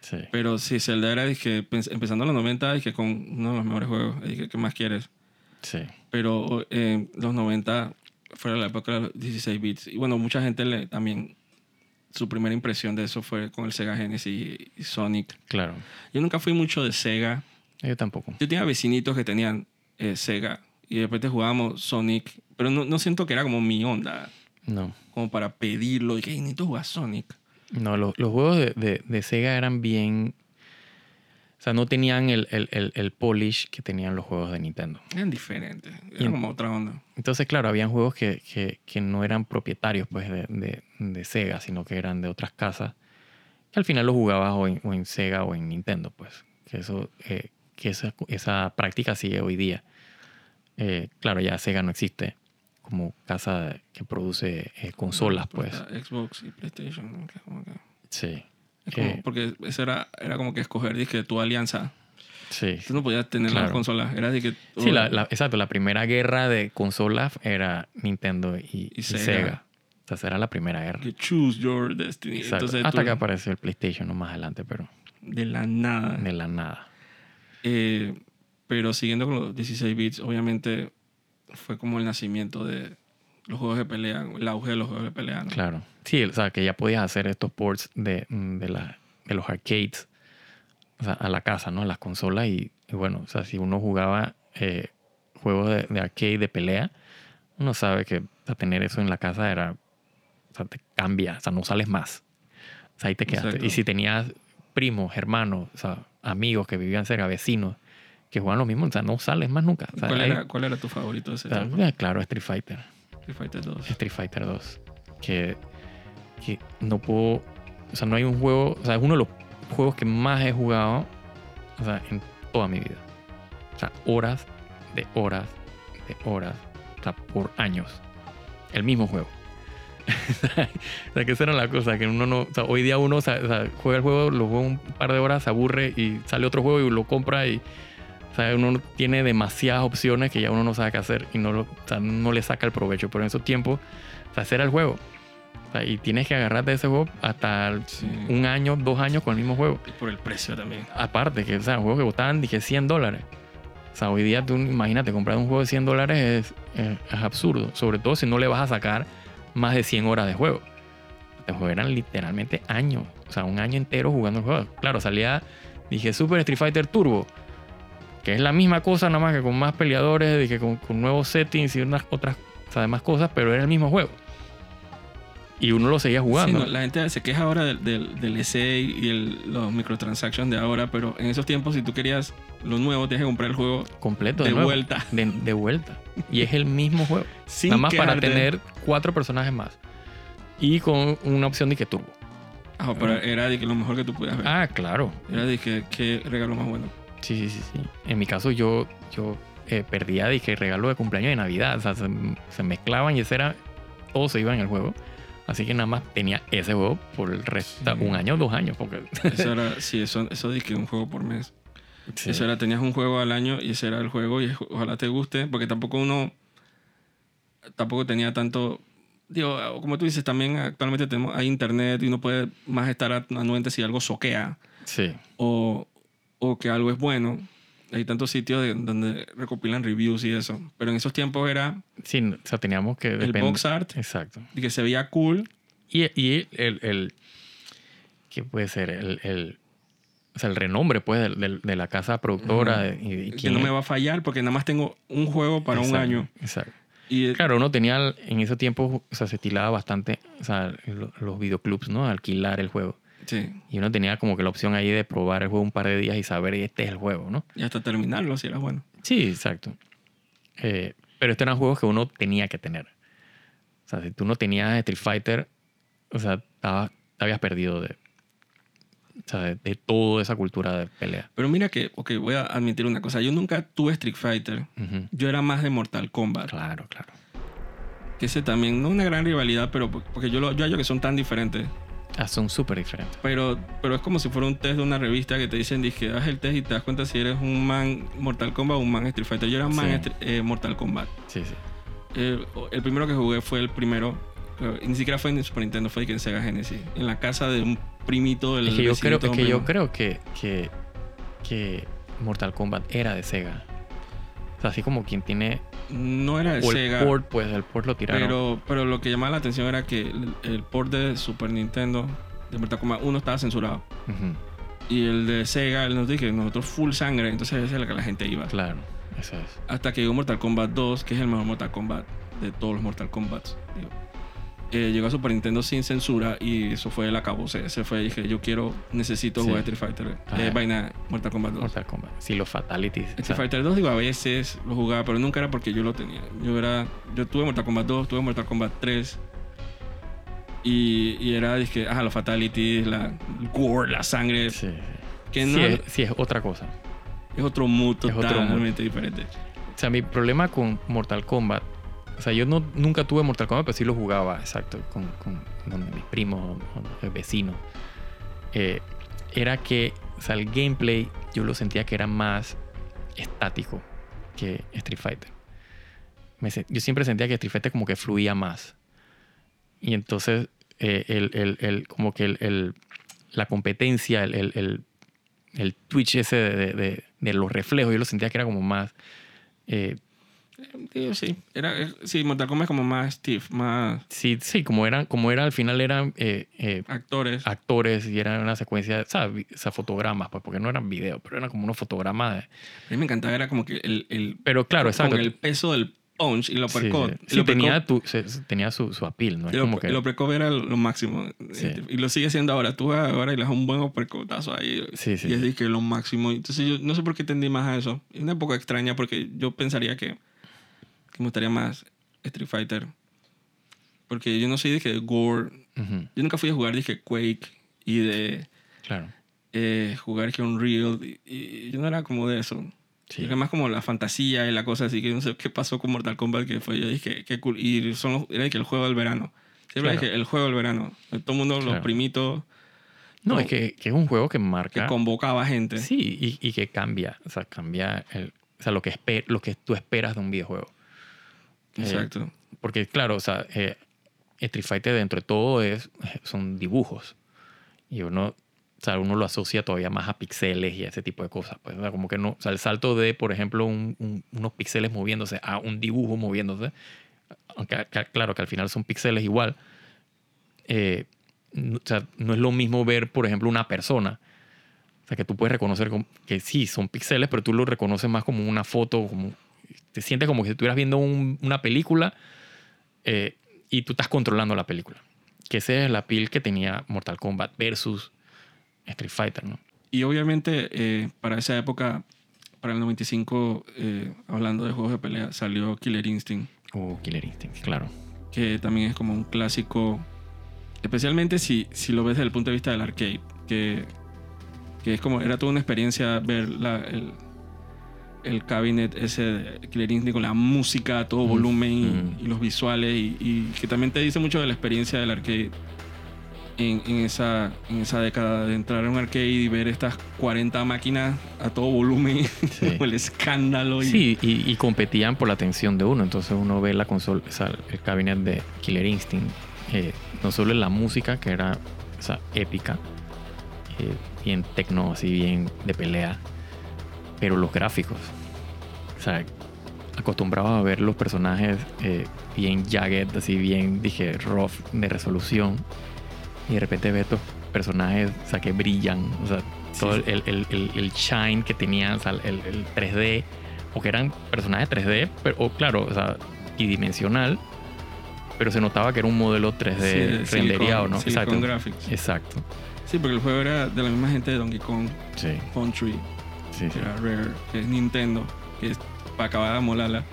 B: Sí.
A: Pero sí, Zelda era dije, pens- empezando en los 90, dije, con uno de los mejores juegos. Dije, ¿qué más quieres?
B: Sí.
A: Pero eh, los 90 fueron la época de los 16 bits. Y bueno, mucha gente le, también, su primera impresión de eso fue con el Sega Genesis y, y Sonic.
B: Claro.
A: Yo nunca fui mucho de Sega.
B: Yo tampoco.
A: Yo tenía vecinitos que tenían eh, Sega y de repente jugábamos Sonic. Pero no, no siento que era como mi onda,
B: No.
A: como para pedirlo. Y que "Hey, necesito jugar Sonic.
B: No, lo- los juegos de, de- de Sega eran bien. O sea, no tenían el, el- el- el polish que tenían los juegos de Nintendo.
A: Eran diferentes. Era
B: Bien.
A: como otra onda.
B: Entonces, claro, habían juegos que, que- que no eran propietarios pues, de, de- de Sega, sino que eran de otras casas. Que al final los jugabas o en, o en Sega o en Nintendo, pues. Que, eso, eh, que esa, esa práctica sigue hoy día. Eh, claro, ya Sega no existe como casa que produce eh, consolas, pues.
A: Puta, Xbox y PlayStation. ¿no? Que como que-
B: Sí.
A: es como-
B: Eh.
A: porque eso era, era como que escoger dizque, tu alianza.
B: Sí.
A: Tú no podías tener las
B: Claro.
A: consolas. Era de que.
B: Sí, la, la- exacto. La primera guerra de consolas era Nintendo y,
A: Y
B: y
A: Sega.
B: Sega. O sea, esa era la primera guerra.
A: que choose your destiny.
B: Exacto.
A: Entonces,
B: Hasta pues.
A: tú-
B: que apareció el PlayStation, no más adelante, pero
A: De la nada.
B: de la nada.
A: Eh, pero siguiendo con los 16 bits, obviamente fue como el nacimiento de los juegos de pelea, el auge de los juegos de pelea. ¿no?
B: Claro. Sí, o sea, que ya podías hacer estos ports de, mm, de, la- de los arcades o sea, a la casa, ¿no? A las consolas. Y, y bueno, o sea, si uno jugaba eh, juegos de, de arcade de pelea, uno sabe que o sea, tener eso en la casa era. O sea, te cambia, o sea, no sales más. O sea, ahí te quedaste.
A: Exacto.
B: Y si tenías primos, hermanos, o sea, amigos que vivían cerca, vecinos, que jugaban lo mismo, o sea, no sales más nunca. O sea,
A: ¿Cuál,
B: ahí-
A: era, ¿Cuál era tu favorito de ese
B: o sea,
A: tiempo?
B: claro, Street Fighter.
A: Street Fighter 2.
B: Street Fighter 2. Que, que no puedo. O sea, no hay un juego. O sea, es uno de los juegos que más he jugado. O sea, en toda mi vida. O sea, horas de horas de horas. O sea, por años. El mismo juego. o sea, que esa era la cosa, que uno no. O sea, hoy día uno o sea, o sea, juega el juego, lo juega un par de horas, se aburre y sale otro juego y lo compra y. O sea, uno tiene demasiadas opciones que ya uno no sabe qué hacer y no, lo, o sea, no le saca el provecho. Pero en esos tiempos, o sea, ese era el juego. O sea, y tienes que agarrarte de ese juego hasta el-
A: Sí.
B: un año, dos años con el mismo juego.
A: Y por el precio también.
B: Aparte, que, o sea, juegos que costaban, dije, 100 dólares. O sea, hoy día tú imagínate, comprar un juego de 100 dólares es, es- es absurdo. Sobre todo si no le vas a sacar más de 100 horas de juego. Te juegan literalmente años. O sea, un año entero jugando el juego. Claro, salía, dije, Super Street Fighter Turbo. Que es la misma cosa, nada más que con más peleadores, dije, con, con nuevos settings y unas otras, o sea, demás cosas, pero era el mismo juego. Y uno lo seguía jugando.
A: Sí, no, la gente se queja ahora del, del, del SE y el- los microtransactions de ahora, pero en esos tiempos, si tú querías lo nuevo, tienes que comprar el juego
B: completo.
A: de
B: nuevo.
A: vuelta.
B: De, de vuelta. Y es el mismo juego.
A: Sin
B: Nada más para
A: quejarte.
B: tener cuatro personajes más. Y con una opción de que turbo.
A: Ah, pero era de que lo mejor que tú podías ver.
B: Ah, claro.
A: Era de que, que regalo más bueno.
B: Sí, sí, sí, sí. En mi caso yo, yo eh, perdía, dije, regalo de cumpleaños de Navidad. O sea, se, se mezclaban y ese era... Todo se iba en el juego. Así que nada más tenía ese juego por el resto,
A: Sí.
B: un año, dos años. Porque,
A: Eso era, sí, eso, eso de que un juego por mes.
B: Sí.
A: Eso era, tenías un juego al año y ese era el juego y ojalá te guste, porque tampoco uno, tampoco tenía tanto, digo, como tú dices, también actualmente tenemos, hay internet y uno puede más estar anuente si algo soquea
B: Sí.
A: o, o que algo es bueno. Hay tantos sitios de- donde recopilan reviews y eso, pero en esos tiempos era
B: Sí, no, o sea, teníamos que...
A: el
B: depend-
A: box art
B: Exacto.
A: y que se veía cool.
B: Y, y el, el- ¿Qué puede ser? El, el, o sea, el renombre, pues, del- del- de, la casa productora. de- y, y
A: que
B: quién
A: no
B: es.
A: me va a fallar porque nada más tengo un juego para un
B: Exacto,
A: año.
B: Exacto.
A: Y
B: Claro, uno tenía el- en ese tiempo, o sea, se estilaba bastante o sea, lo- los videoclubs, ¿no? Alquilar el juego.
A: sí,
B: Y uno tenía como que la opción ahí de probar el juego un par de días y saber, este es el juego, ¿no?
A: y hasta terminarlo si era bueno.
B: Sí, exacto. Eh, pero estos eran juegos que uno tenía que tener. O sea, si tú no tenías Street Fighter, o sea, estaba- te habías perdido de, o sea, de, de toda esa cultura de pelea.
A: Pero mira que, ok, voy a admitir una cosa. Yo nunca tuve Street Fighter.
B: Ujú.
A: Yo era más de Mortal Kombat.
B: Claro, claro.
A: Que ese también, no una gran rivalidad, pero po- porque yo, lo, yo hallo que son tan diferentes.
B: Ah, son súper diferentes.
A: Pero, pero es como si fuera un test de una revista que te dicen, dije, haz el test y te das cuenta si eres un man Mortal Kombat o un man Street Fighter. Yo era man
B: Sí.
A: Street- eh, Mortal Kombat.
B: Sí, sí.
A: Eh, o- el primero que jugué fue el primero. eh, ni siquiera fue en Super Nintendo, fue que en Sega Genesis. En la casa de un primito del
B: Es que yo
A: vecinito
B: creo, es
A: de un
B: que, yo
A: primo.
B: creo que, que, que Mortal Kombat era de Sega. O sea, así como quien tiene...
A: No era de
B: O el
A: Sega.
B: port, pues el port lo tiraron.
A: Pero, pero lo que llamaba la atención era que el, el port de Super Nintendo de Mortal Kombat 1 estaba censurado.
B: Ujú,
A: Y el de Sega, el nos dije, nosotros full sangre, entonces ese es el que la gente iba.
B: Claro, eso es.
A: Hasta que llegó Mortal Kombat 2, que es el mejor Mortal Kombat de todos los Mortal Kombats. digo. Eh, llegó a Super Nintendo sin censura y eso fue el acabo. Se, se fue, dije, yo quiero, necesito
B: Sí.
A: jugar Street Fighter.
B: Ajá.
A: Eh, vaina Mortal Kombat 2.
B: Mortal Kombat. Sí, los fatalities. o
A: Street
B: sea,
A: Fighter 2, digo, a veces lo jugaba, pero nunca era porque yo lo tenía. Yo era. Yo tuve Mortal Kombat 2, tuve Mortal Kombat 3. Y, y era, dije, ajá, los fatalities, la el gore, la sangre.
B: sí, sí.
A: Que
B: sí,
A: no.
B: es,
A: Es,
B: sí, es otra cosa.
A: otro mood
B: Es otro mood.
A: totalmente diferente.
B: O sea, mi problema con Mortal Kombat. O sea, yo no, nunca tuve Mortal Kombat, pero sí lo jugaba, exacto, con, con- con mis primos, con mis vecinos. Eh, era que, o sea, el gameplay yo lo sentía que era más estático que Street Fighter. Me sen- yo siempre sentía que Street Fighter como que fluía más. Y entonces, eh, el, el- el- como que el- el- la competencia, el, el, el- el twitch ese de, de- de- de los reflejos, yo lo sentía que era como más... eh,
A: Digo, sí. Era, eh, sí, Mortal Kombat es como más stiff, más
B: sí, sí, como eran, como era al final eran eh, eh,
A: actores.
B: actores y eran una secuencia, o sea, vi- o sea, fotogramas, pues, porque no eran videos, pero eran como unos fotogramas. de-
A: A mí me encantaba, era como que el. el
B: pero claro,
A: como
B: exacto.
A: que el peso del punch y el
B: Sí, sí.
A: uppercut.
B: Sí,
A: El uppercut-
B: tenía, tu- se- se- tenía su, su appeal, ¿no? Es
A: El,
B: como
A: op-
B: que,
A: el uppercut era lo, lo máximo. Este,
B: Sí.
A: Y lo sigue siendo ahora. Tú vas ahora y le das un buen uppercutazo ahí.
B: Sí, sí,
A: Y es
B: sí.
A: de que lo máximo. Entonces yo no sé por qué tendí más a eso. Es una época extraña porque yo pensaría que, que me gustaría más Street Fighter. Porque yo no soy dije gore.
B: Ujú,
A: Yo nunca fui a jugar dije Quake y de
B: claro.
A: eh, jugar que Unreal. Y, y yo no era como de eso.
B: Sí.
A: Era más como la fantasía y la cosa así que no sé qué pasó con Mortal Kombat que fue yo dije qué cool. Y son los- era de que el juego del verano. Siempre
B: Claro.
A: es que el juego del verano. Todo el mundo, los
B: Claro.
A: primitos,
B: No,
A: No.
B: es que, que es un juego que
A: que
B: marca.
A: convocaba gente.
B: sí, y, y que cambia. O sea, cambia el, o sea, lo, que espe- lo que tú esperas de un videojuego. Eh,
A: Exacto.
B: Porque, claro, o sea, eh, Street Fighter dentro de todo es, eh, son dibujos. Y uno, o sea, uno lo asocia todavía más a pixeles y a ese tipo de cosas. Pues, o sea, como que no, o sea, el salto de, por ejemplo, un- un- unos pixeles moviéndose a un dibujo moviéndose, aunque ca- claro que al final son pixeles igual, eh, no, o sea, no es lo mismo ver, por ejemplo, una persona. O sea, que tú puedes reconocer como- que sí, son pixeles, pero tú lo reconoces más como una foto, como, te sientes como que si estuvieras viendo un- una película eh, y tú estás controlando la película. Que esa es la piel que tenía Mortal Kombat versus Street Fighter, ¿no?
A: Y obviamente, eh, para esa época, para el 95, eh, hablando de juegos de pelea, salió Killer Instinct,
B: O Oh, Killer Instinct, claro.
A: que también es como un clásico, especialmente si, si lo ves desde el punto de vista del arcade, que, que es como, era toda una experiencia ver la, el, el cabinet ese de Killer Instinct con la música a todo
B: Mm,
A: volumen y-
B: mm.
A: y, los visuales, y, y que también te dice mucho de la experiencia del arcade. En, en esa, en esa década de entrar a un arcade y ver estas 40 máquinas a todo volumen
B: Sí.
A: como el escándalo. Y,
B: Sí, y, y competían por la atención de uno. Entonces uno ve la consola, o sea, el cabinet de Killer Instinct, eh, no solo en la música, que era o sea, épica, eh, bien tecno, así bien de pelea, pero los gráficos. O sea, acostumbraba a ver los personajes eh, bien jagged, así bien, dije, rough de resolución. Y de repente ve estos personajes, o sea, que brillan, o sea, todo
A: sí.
B: El, el- el- el shine que tenían, o sea, el, el 3D, o que eran personajes 3D, pero o, claro, o sea, bidimensional, pero se notaba que era un modelo 3D
A: Sí, de Silicon-
B: rendereado, ¿no?
A: Silicon
B: Exacto.
A: Graphics.
B: Exacto.
A: Sí, porque el juego era de la misma gente de Donkey Kong
B: Sí,
A: Country,
B: sí, sí.
A: que era Rare, que es Nintendo, que es para acabar de molarla.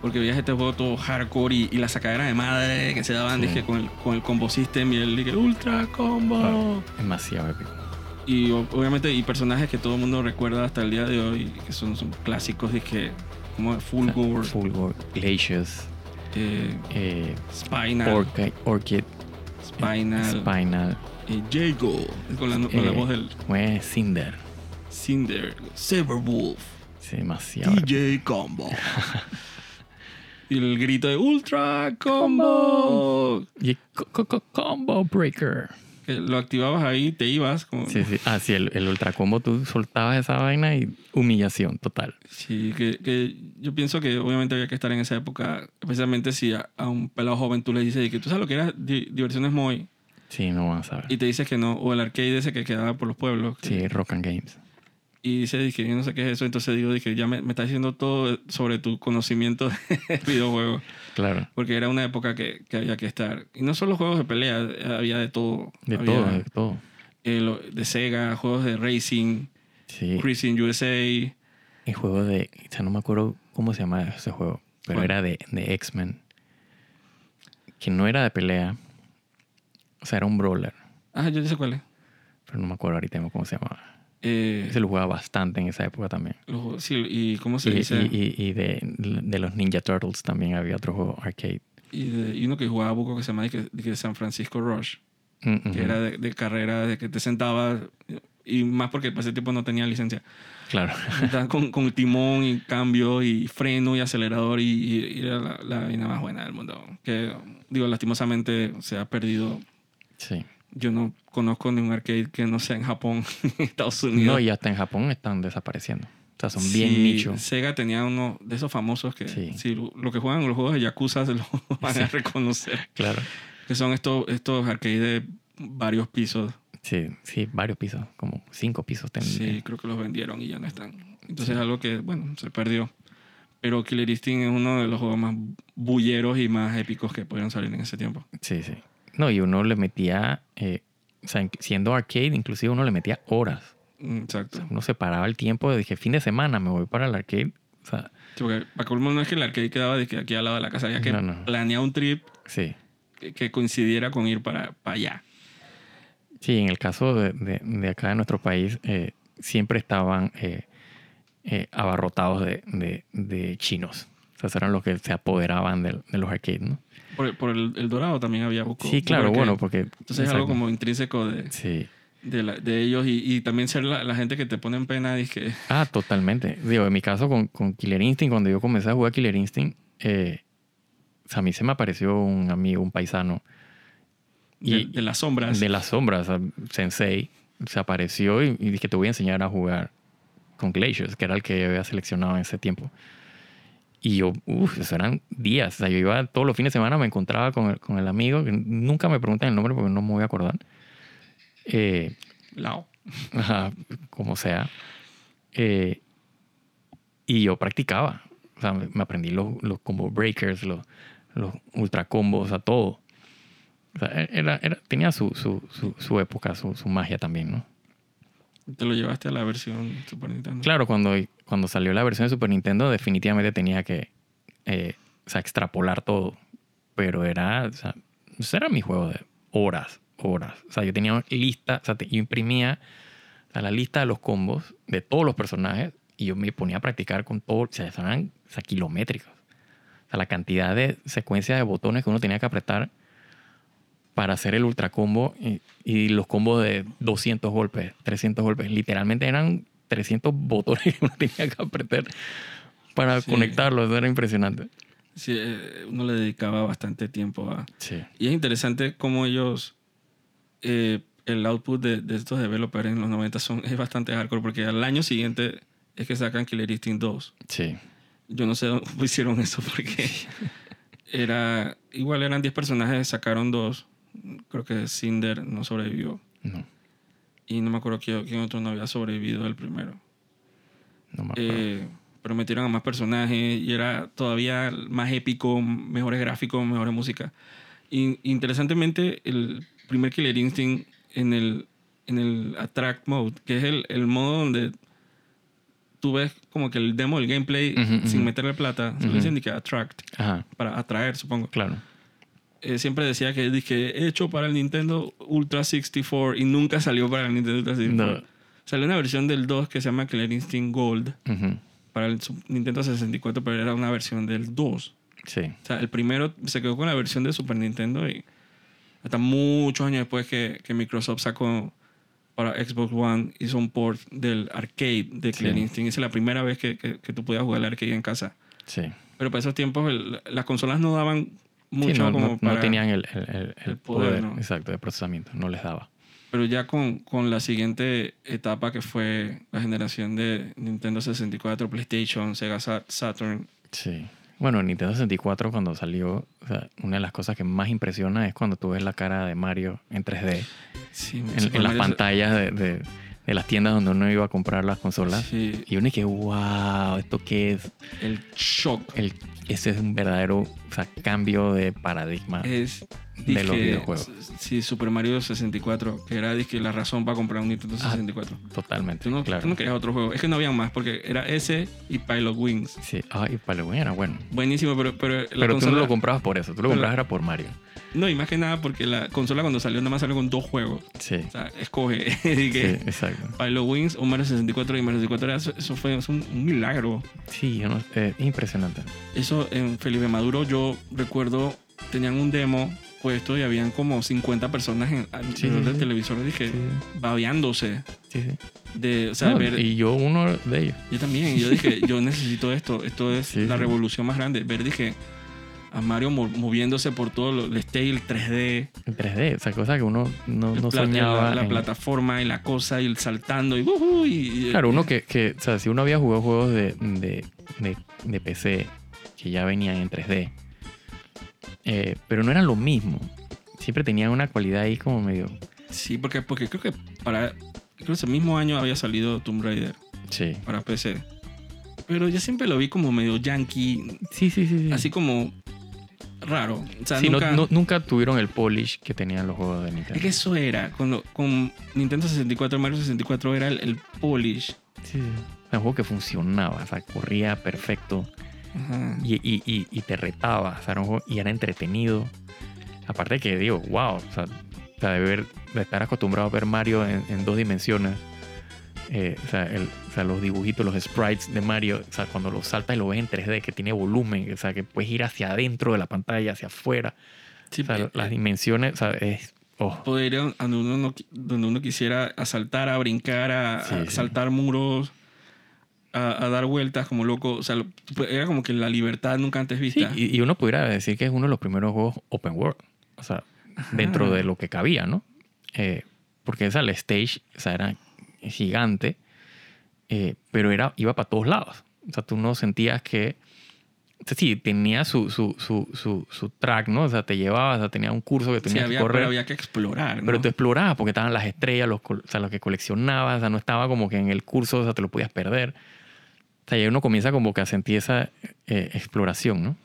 A: Porque veías este juego todo hardcore y, y la sacadera de madre que se daban,
B: Sí.
A: dije, con el, con el combo system y el dije, ultra combo.
B: Claro. Demasiado épico.
A: Y o- obviamente, y personajes que todo el mundo recuerda hasta el día de hoy, que son, son clásicos, dije, como Fulgore,
B: Fulgor, Glacius,
A: eh,
B: eh,
A: Spinal,
B: Orchid, Orchid,
A: Spinal,
B: Spinal,
A: eh, Jago, con la, con la
B: Eh.
A: voz del
B: ¿cómo es? Cinder.
A: Cinder, Cyberwolf,
B: Sí, demasiado. épico.
A: DJ Combo. y el grito de Ultra Combo.
B: Y co- co- co- Combo Breaker.
A: Que lo activabas ahí, te ibas. Como,
B: Sí,
A: sí.
B: sí. Ah, sí, el, el ultra combo, tú soltabas esa vaina y humillación total.
A: que, que yo pienso que obviamente había que estar en esa época, especialmente si a, a un pelado joven tú le dices y que tú sabes lo que era di- diversiones muy
B: Sí, no van a saber.
A: y te dices que no, o el arcade ese que quedaba por los pueblos. que-
B: Sí, Rock and Games.
A: Y dice, dije, yo no sé qué es eso, entonces digo, dije, ya me, me estás diciendo todo sobre tu conocimiento de videojuegos.
B: Claro.
A: porque era una época que, que había que estar. Y no solo juegos de pelea, había de todo.
B: De
A: Había,
B: todo, de todo.
A: eh, lo- de Sega, juegos de racing,
B: Sí.
A: Racing USA.
B: El juego de. O sea, no me acuerdo cómo se llamaba ese juego, pero
A: ¿Cuál?
B: era de, de X-Men. Que no era de pelea. O sea, era un brawler.
A: Ah, yo ya sé cuál es.
B: Pero no me acuerdo ahorita mismo cómo se llamaba.
A: Eh,
B: Se lo jugaba bastante en esa época también.
A: los juegos- sí, y cómo se
B: y,
A: dice. Y,
B: y- y- y de, de los Ninja Turtles también había otro juego arcade.
A: de- y uno que jugaba buco que se llama de que, de que San Francisco Rush,
B: Mm, ujú.
A: que era de, de carrera, de que te sentabas. Y más porque para ese tipo no tenía licencia.
B: Claro.
A: Estabas con, con timón y cambio y freno y acelerador y, y- y era la, la vaina más buena del mundo. Que, digo, lastimosamente se ha perdido
B: Sí.
A: Yo no conozco ningún arcade que no sea en Japón, en Estados Unidos.
B: No, y hasta en Japón están desapareciendo. O sea, son bien
A: Sí,
B: nichos.
A: Sega tenía uno de esos famosos que
B: Sí.
A: si lo, lo que juegan los juegos de Yakuza se lo van a reconocer.
B: Claro.
A: Que son estos, estos arcades de varios pisos.
B: Sí, sí, varios pisos, como cinco pisos tendría.
A: Sí, creo que los vendieron y ya no están. Entonces es algo que, bueno, se perdió. Pero Killer Instinct es uno de los juegos más bulleros y más épicos que pudieron salir en ese tiempo.
B: Sí, sí. No, y uno le metía, eh, o sea, inc- siendo arcade, inclusive uno le metía horas.
A: Mm, Exacto.
B: Uno separaba el tiempo, dije, fin de semana me voy para el arcade. O sea,
A: Sí, porque para colmo no es que el arcade quedaba de que aquí al lado de la casa, ya que
B: No, no.
A: planeaba un trip
B: sí.
A: que- que coincidiera con ir para, para allá.
B: Sí, en el caso de, de- de acá de nuestro país, eh, siempre estaban eh, eh, abarrotados de, de- de chinos. O sea, esos eran los que se apoderaban del- de, los arcades, ¿no?
A: Por, por el, el dorado también había poco.
B: sí, claro,
A: porque-
B: bueno, porque...
A: Entonces es
B: exacto.
A: algo como intrínseco de,
B: Sí.
A: de, la- de ellos y, y también ser la, la gente que te pone en pena y que...
B: Ah, totalmente. Digo, en mi caso con, con Killer Instinct, cuando yo comencé a jugar Killer Instinct, eh, o sea, a mí se me apareció un amigo, un paisano
A: De,
B: Y-
A: de las sombras.
B: de las sombras, o sea, Sensei, se apareció y, y dije, te voy a enseñar a jugar con Glaciers, que era el que yo había seleccionado en ese tiempo. Y yo, uff, eso eran días. O sea, yo iba todos los fines de semana, me encontraba con el, con el amigo, que nunca me preguntan el nombre porque no me voy a acordar. Eh,
A: Lao.
B: Ajá, como sea. Eh, y yo practicaba. O sea, me me aprendí los, los combo breakers, los, los ultra combos, o sea, todo. O sea, e-, era, era- tenía su, su, su, su época, su, su magia también, ¿no?
A: Te lo llevaste a la versión Super Nintendo.
B: Claro, cuando, cuando salió la versión de Super Nintendo, definitivamente tenía que eh, o sea, extrapolar todo. Pero era, o sea, ese era mi juego de horas, horas. O sea, yo tenía lista, o sea, te- yo imprimía o sea, la lista de los combos de todos los personajes y yo me ponía a practicar con todo. O sea, eso eran o sea, kilométricos. O sea, la cantidad de secuencias de botones que uno tenía que apretar para hacer el ultra combo y, y los combos de 200 golpes, 300 golpes. Literalmente eran 300 botones que uno tenía que apretar para
A: Sí.
B: conectarlos. Eso era impresionante.
A: Sí, eh, uno le dedicaba bastante tiempo a...
B: Sí.
A: Y es interesante cómo ellos... eh, el output de, de estos developers en los 90 son, es bastante hardcore porque al año siguiente es que sacan Killer Instinct 2.
B: Sí.
A: Yo no sé cómo hicieron eso porque era... Igual eran 10 personajes, sacaron dos. Creo que Cinder no sobrevivió.
B: No,
A: Y no me acuerdo quién, quién otro no había sobrevivido del primero.
B: no me acuerdo.
A: Eh, pero metieron a más personajes y era todavía más épico, mejores gráficos, mejores música. Y, interesantemente, el primer Killer Instinct en el, en el Attract Mode, que es el, el modo donde tú ves como que el demo del gameplay
B: Ujú,
A: sin
B: ujú.
A: meterle plata, se
B: Ujú.
A: lo dicen de que Attract,
B: Ajá,
A: para atraer, supongo.
B: claro.
A: Eh, siempre decía que dije, hecho para el Nintendo Ultra 64 y nunca salió para el Nintendo Ultra 64.
B: No.
A: Salió una versión del 2 que se llama Killer Instinct Gold
B: Ujú.
A: para el Sup- Nintendo 64, pero era una versión del 2.
B: Sí.
A: O sea, el primero se quedó con la versión de Super Nintendo y hasta muchos años después que, que Microsoft sacó para Xbox One, hizo un port del arcade de Killer
B: Sí.
A: Instinct. Esa es la primera vez que, que, que tú podías jugar el arcade en casa.
B: Sí.
A: Pero para esos tiempos el- las consolas no daban mucho
B: Sí, no,
A: como
B: no- no
A: para...
B: tenían el, el- el- el
A: el poder,
B: poder,
A: ¿no?
B: exacto de procesamiento, no les daba.
A: Pero ya con, con la siguiente etapa que fue la generación de Nintendo 64, PlayStation, Sega Sa- Saturn.
B: Sí. Bueno, Nintendo 64 cuando salió, o sea, una de las cosas que más impresiona es cuando tú ves la cara de Mario en 3D,
A: Sí,
B: en,
A: Super
B: en las
A: Mario-
B: pantallas de, de- de las tiendas donde uno iba a comprar las consolas.
A: Sí,
B: Y uno es que, wow, ¿esto qué es?
A: el shock
B: El, ese es un verdadero o sea, cambio de paradigma.
A: es
B: de los videojuegos.
A: Sí, Super Mario 64, que era dizque, la razón para comprar un Nintendo
B: Ah,
A: 64.
B: Totalmente,
A: Tú no,
B: claro.
A: tú no querías otro juego. Es que no habían más, porque era ese y Pilot Wings.
B: Sí, ah, y para el era bueno.
A: Buenísimo, pero, pero la
B: pero tú
A: consola.
B: no lo comprabas por eso, tú lo
A: Pero-
B: comprabas era por Mario.
A: no, y más que nada, porque la consola cuando salió, nada más salió con dos juegos.
B: Sí,
A: O sea, escoge. y
B: sí,
A: que-
B: exacto.
A: Pilot Wings o Mario 64 y Mario 64 era- eso, eso fue es un, un milagro.
B: Sí, yo no- eh, impresionante.
A: Eso en Felipe Maduro yo recuerdo tenían un demo puesto y habían como 50 personas en alrededor
B: Sí, sí,
A: del
B: sí.
A: televisor dije
B: Sí,
A: babeándose
B: sí, sí.
A: de o sea,
B: No,
A: ver
B: Y yo uno de ellos.
A: yo también yo dije yo necesito esto esto es
B: Sí,
A: la
B: sí.
A: revolución más grande ver dije a Mario mo- moviéndose por todo lo- el stage, el 3D,
B: En 3D, esa cosa que uno no,
A: el
B: no
A: pla-
B: soñaba.
A: la, la
B: en-
A: plataforma y la cosa y el saltando y, ujú, y- y-
B: Claro, uno que, que, o sea, si uno había jugado juegos de, de, de- de PC que ya venían en 3D, eh, pero no eran lo mismo. Siempre tenían una cualidad ahí como medio.
A: Sí, porque, porque creo que para. Creo que ese mismo año había salido Tomb Raider
B: Sí.
A: para PC. Pero yo siempre lo vi como medio yankee,
B: Sí, sí, sí. sí.
A: así como raro. O sea,
B: Sí, no-
A: nunca.
B: no- nunca tuvieron el polish que tenían los juegos de Nintendo.
A: Es que eso era. Cuando, con Nintendo 64, Mario 64 era el, el polish.
B: Sí, sí. Era un juego que funcionaba, o sea, corría perfecto.
A: Ajá.
B: y, y- y- y te retaba, o sea, era un juego- y era entretenido. Aparte que digo, wow, o sea, o sea, de, ver, de estar acostumbrado a ver Mario en, en dos dimensiones, eh, o, sea, el- o sea, los dibujitos, los sprites de Mario, o sea, cuando lo salta y lo ves en 3D, que tiene volumen, o sea, que puedes ir hacia adentro de la pantalla, hacia afuera.
A: Sí,
B: o sea,
A: eh,
B: las
A: eh,
B: dimensiones, o sea, es. oh,
A: poder ir a donde uno, no qui- donde uno quisiera asaltar, a brincar, a,
B: Sí,
A: a
B: sí.
A: saltar muros, a, a dar vueltas como loco. O sea, lo- era como que la libertad nunca antes
B: sí,
A: vista.
B: y, y uno pudiera decir que es uno de los primeros juegos open world, o sea, dentro
A: Ajá.
B: de lo que cabía, ¿no? Eh, porque esa, la stage, o sea, era gigante, eh, pero era, iba para todos lados. O sea, tú no sentías que. o sea, sí, tenía su, su, su, su, su track, ¿no? O sea, te llevaba, o sea, tenía un curso que
A: Sí,
B: tenías
A: había,
B: que correr.
A: pero había que explorar. ¿no?
B: Pero tú explorabas porque estaban las estrellas, los, col- o sea, los que coleccionabas, o sea, no estaba como que en el curso, o sea, te lo podías perder. O sea, ya uno comienza como que a sentir esa eh, exploración, ¿no?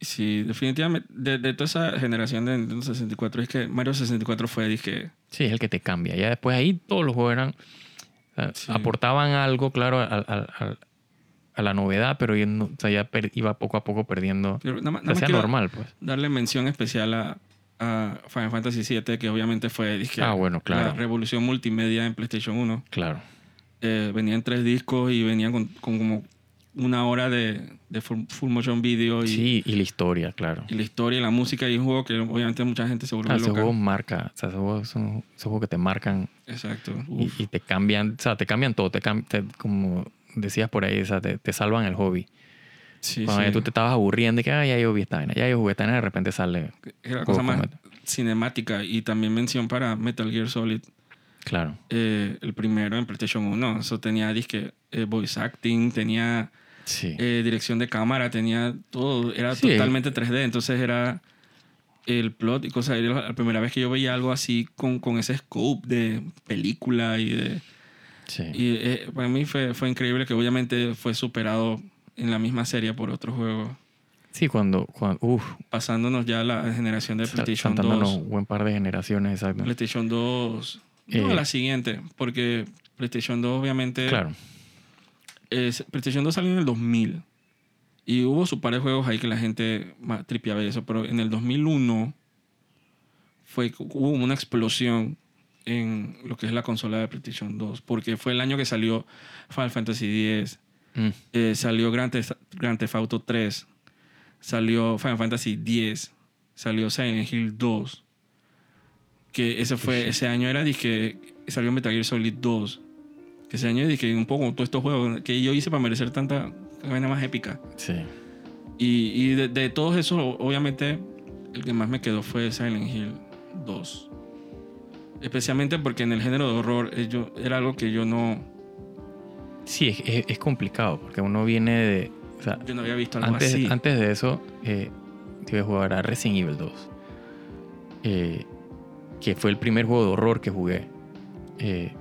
A: Sí, definitivamente. De, de toda esa generación de Nintendo 64, es que Mario 64 fue, dije,
B: Sí, es el que te cambia. Ya después ahí todos los juegos eran, o sea,
A: Sí.
B: aportaban algo, claro, al- al- al- a, la novedad, pero ya, no- o sea, ya per- iba poco a poco perdiendo.
A: pero nada más-
B: O sea,
A: nada más
B: sea
A: quiero
B: normal, pues.
A: darle mención especial a, a Final Fantasy VII, que obviamente fue, dije,
B: Ah, bueno,
A: la
B: claro.
A: revolución multimedia en PlayStation 1.
B: Claro.
A: eh, venían tres discos y venían con, con como una hora de, de full, full motion video y,
B: Sí, y la historia, claro.
A: y la historia y la música y un juego que obviamente mucha gente se volvió
B: Ah, esos
A: loca.
B: juegos marca, o sea, esos juegos son esos juegos que te marcan
A: Exacto.
B: y,
A: Uf.
B: y te cambian, o sea, te cambian todo, te, cam- te- como decías por ahí, o sea, te, te salvan el hobby.
A: Sí,
B: Cuando
A: sí.
B: tú te estabas aburriendo y que, ah, ya yo vi esta vaina, ya yo jugué esta vaina, de repente sale,
A: Es la
B: Go
A: cosa más
B: Combat.
A: cinemática y también mención para Metal Gear Solid,
B: claro,
A: eh, el primero en PlayStation 1. Eso tenía disque, eh, voice acting, tenía
B: sí.
A: eh, dirección de cámara, tenía todo, era
B: Sí.
A: totalmente 3D, entonces era el plot y cosas. Era la primera vez que yo veía algo así con, con ese scope de película y de...
B: sí.
A: Y eh, para mí fue, fue increíble que obviamente fue superado en la misma serie por otros juegos,
B: Sí, cuando, cuando uf,
A: pasándonos ya a la generación de
B: sa-
A: PlayStation
B: saltándonos
A: 2.
B: un buen par de generaciones, exacto.
A: PlayStation 2, no,
B: Eh.
A: la siguiente, porque PlayStation 2 obviamente...
B: Claro,
A: es- PlayStation 2 salió en el 2000. Y hubo su par de juegos ahí que la gente más tripeaba y eso. Pero en el 2001 fue, hubo una explosión en lo que es la consola de PlayStation 2. Porque fue el año que salió Final Fantasy X,
B: Mm,
A: eh, salió Grand Theft, Grand Theft Auto 3, salió Final Fantasy X, salió Silent Hill 2. Que ese fue, ese año era, dije, salió Metal Gear Solid 2. Que ese año dije, un poco todos estos juegos que yo hice para merecer tanta vaina más épica.
B: sí.
A: Y, y de, de todos esos, o- obviamente, el que más me quedó fue Silent Hill 2. Especialmente porque en el género de horror eh, yo- era algo que yo no,
B: Sí, es, es- es complicado porque uno viene de. o sea,
A: yo no había visto algo
B: antes,
A: así.
B: antes de eso, eh, yo iba a jugar a Resident Evil 2, eh, que fue el primer juego de horror que jugué. Eh,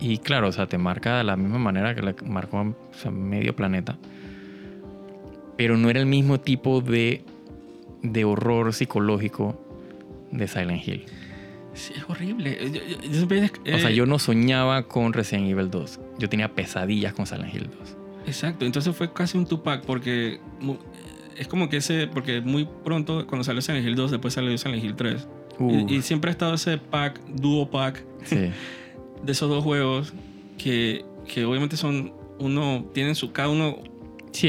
B: y claro, o sea, te marca de la misma manera que la que marcó a o sea, medio planeta. Pero no era el mismo tipo de, de horror psicológico de Silent Hill.
A: Sí, es horrible. Eh, Yo, yo- yo siempre-
B: O sea,
A: eh,
B: yo no soñaba con Resident Evil 2. Yo tenía pesadillas con Silent Hill 2.
A: Exacto, entonces fue casi un Tupac porque mu- es como que ese, porque muy pronto cuando salió Silent Hill 2, después salió Silent Hill 3.
B: Uh,
A: Y, y siempre ha estado ese pack, duo pack
B: sí.
A: de esos dos juegos que, que obviamente son, uno, tienen su, cada uno,
B: Sí,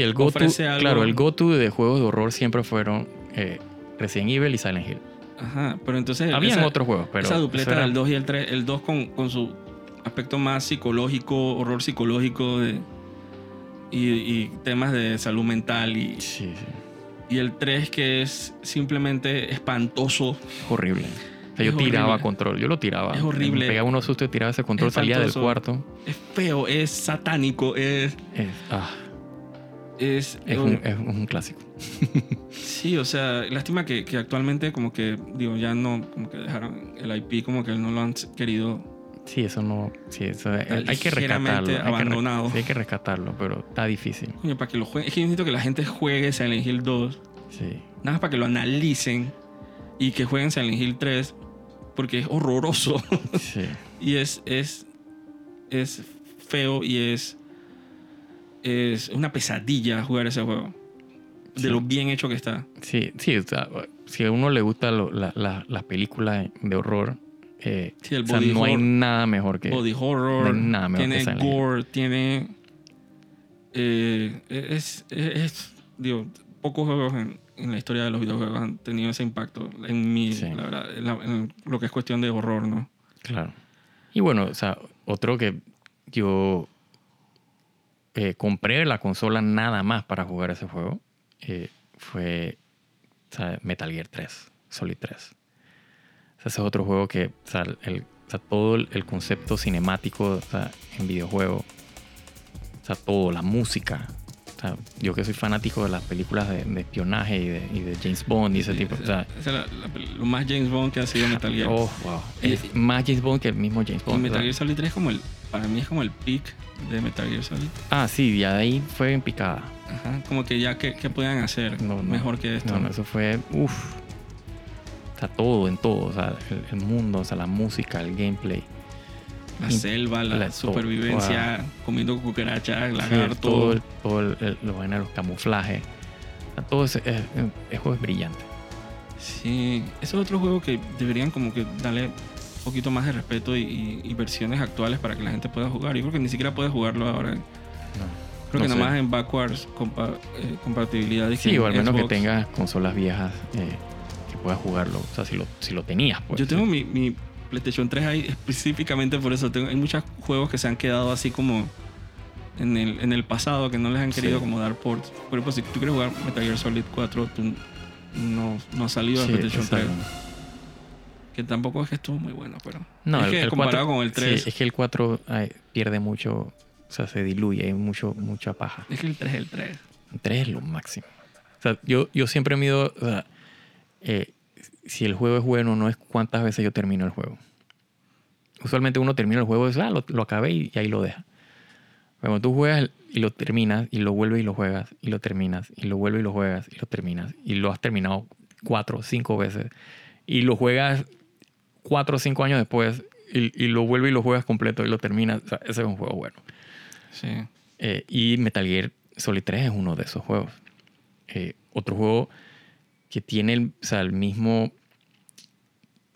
B: el go
A: ofrece algo.
B: claro, el go-to de juegos de horror siempre fueron eh, Resident Evil y Silent Hill.
A: ajá, pero entonces...
B: Habían
A: esa,
B: otros juegos, pero
A: Esa
B: eso
A: dupleta
B: era-
A: del 2 y el 3, el 2 con, con su aspecto más psicológico, horror psicológico de, y, y temas de salud mental y,
B: Sí, sí,
A: y el 3 que es simplemente espantoso.
B: horrible. O sea, yo
A: Es
B: tiraba
A: horrible.
B: control, yo lo tiraba.
A: Es horrible.
B: Me pegaba unos sustos, tiraba ese control, salía del
A: Espantoso.
B: cuarto.
A: es feo, es satánico, es...
B: Es, ah,
A: Es, oh,
B: es, un, es un clásico.
A: Sí, o sea, lástima que, que actualmente como que, digo, ya no, como que dejaron el IP, como que no lo han querido.
B: Sí, eso no. Sí, eso es- hay que rescatarlo.
A: ligeramente
B: hay que re-
A: abandonado.
B: sí, hay que rescatarlo, pero está difícil.
A: Coño, para que lo jueguen. Es que yo necesito que la gente juegue Silent Hill 2,
B: Sí.
A: nada más para que lo analicen y que jueguen Silent Hill 3, porque es horroroso.
B: Sí.
A: Y es, es, es feo y es, es una pesadilla jugar ese juego. De
B: Sí.
A: lo bien hecho que está.
B: Sí, sí, o sea, si a uno le gusta lo- la- la- las películas de horror, eh,
A: Sí, el
B: o sea,
A: body
B: no hay
A: horror.
B: nada mejor que...
A: Body horror,
B: No hay nada mejor que
A: tiene
B: esa línea.
A: gore, tiene. eh, es, es, es- Digo, pocos juegos en, en la historia de los videojuegos han tenido ese impacto en mí,
B: Sí.
A: la verdad, en, la- en lo que es cuestión de horror, ¿no?
B: Claro. Y bueno, o sea, otro que yo eh, compré la consola nada más para jugar ese juego eh, fue o sea, Metal Gear 3, Solid 3. O sea, ese es otro juego que o sea, el- o sea, todo el el concepto cinemático o sea, en videojuego, o sea, todo, la música. O sea, yo que soy fanático de las películas de, de espionaje y de, y de James Bond y ese tipo. o sea,
A: Esa es Eh, la- la- lo más James Bond que ha sido Metal Gear.
B: Oh, wow.
A: Y-
B: Es más James Bond que el mismo James
A: Y
B: Bond.
A: Metal
B: ¿verdad?
A: Gear Solid 3 es como el. Para mí es como el peak de Metal Gear Solid.
B: Ah, sí, ya de ahí fue en picada.
A: Ajá, como que ya, ¿qué, qué podían hacer
B: No, no.
A: mejor que esto?
B: No, no, eso fue. Uff. O sea, todo en todo. O sea, el, el mundo, o sea, la música, el gameplay.
A: La
B: Y-
A: selva, la,
B: la-
A: supervivencia, comiendo cucarachas,
B: Sí, el-
A: lagarto.
B: todo el, todo el, el- lo bueno, los camuflajes. O sea, todo ese, el, el- el juego es brillante.
A: Sí, ese es otro juego que deberían como que darle un poquito más de respeto y, y- y versiones actuales para que la gente pueda jugar. Yo creo que ni siquiera puede jugarlo ahora. Creo
B: No
A: que nada
B: sé.
A: más en backwards compa- eh, compatibilidad. y
B: Sí, o al menos que
A: Xbox.
B: tengas consolas viejas eh, que puedas jugarlo. O sea, si lo, si lo tenías, pues.
A: Yo tengo
B: sí.
A: mi, mi PlayStation 3 ahí específicamente por eso. Tengo, hay muchos juegos que se han quedado así como en el, en el pasado que no les han
B: Sí.
A: querido como dar ports. Por ejemplo, si tú quieres jugar Metal Gear Solid 4, tú no, no has salido de
B: Sí,
A: PlayStation 3.
B: exacto.
A: Que tampoco es que estuvo muy bueno, pero.
B: No,
A: es
B: el,
A: que
B: el
A: comparado
B: cuatro-
A: con el 3.
B: sí, es que el 4 ay, pierde mucho, o sea, se diluye, hay mucho, mucha paja.
A: Es que el 3 es el 3.
B: El 3 es lo máximo. O sea, yo, yo siempre mido, o sea, eh, si el juego es bueno o no es cuántas veces yo termino el juego. Usualmente uno termina el juego, es, ah, lo, lo acabé y, y ahí lo deja. Pero Cuando tú juegas el- y lo terminas, y lo vuelves y lo juegas, y lo terminas, y lo vuelves y lo juegas, y lo terminas, y lo has terminado cuatro, cinco veces, y lo juegas cuatro o cinco años después, y, y lo vuelves y lo juegas completo, y lo terminas, o sea, ese es un juego bueno.
A: Sí.
B: Eh, y Metal Gear Solid 3 es uno de esos juegos. Eh, otro juego que tiene el, o sea, el mismo. O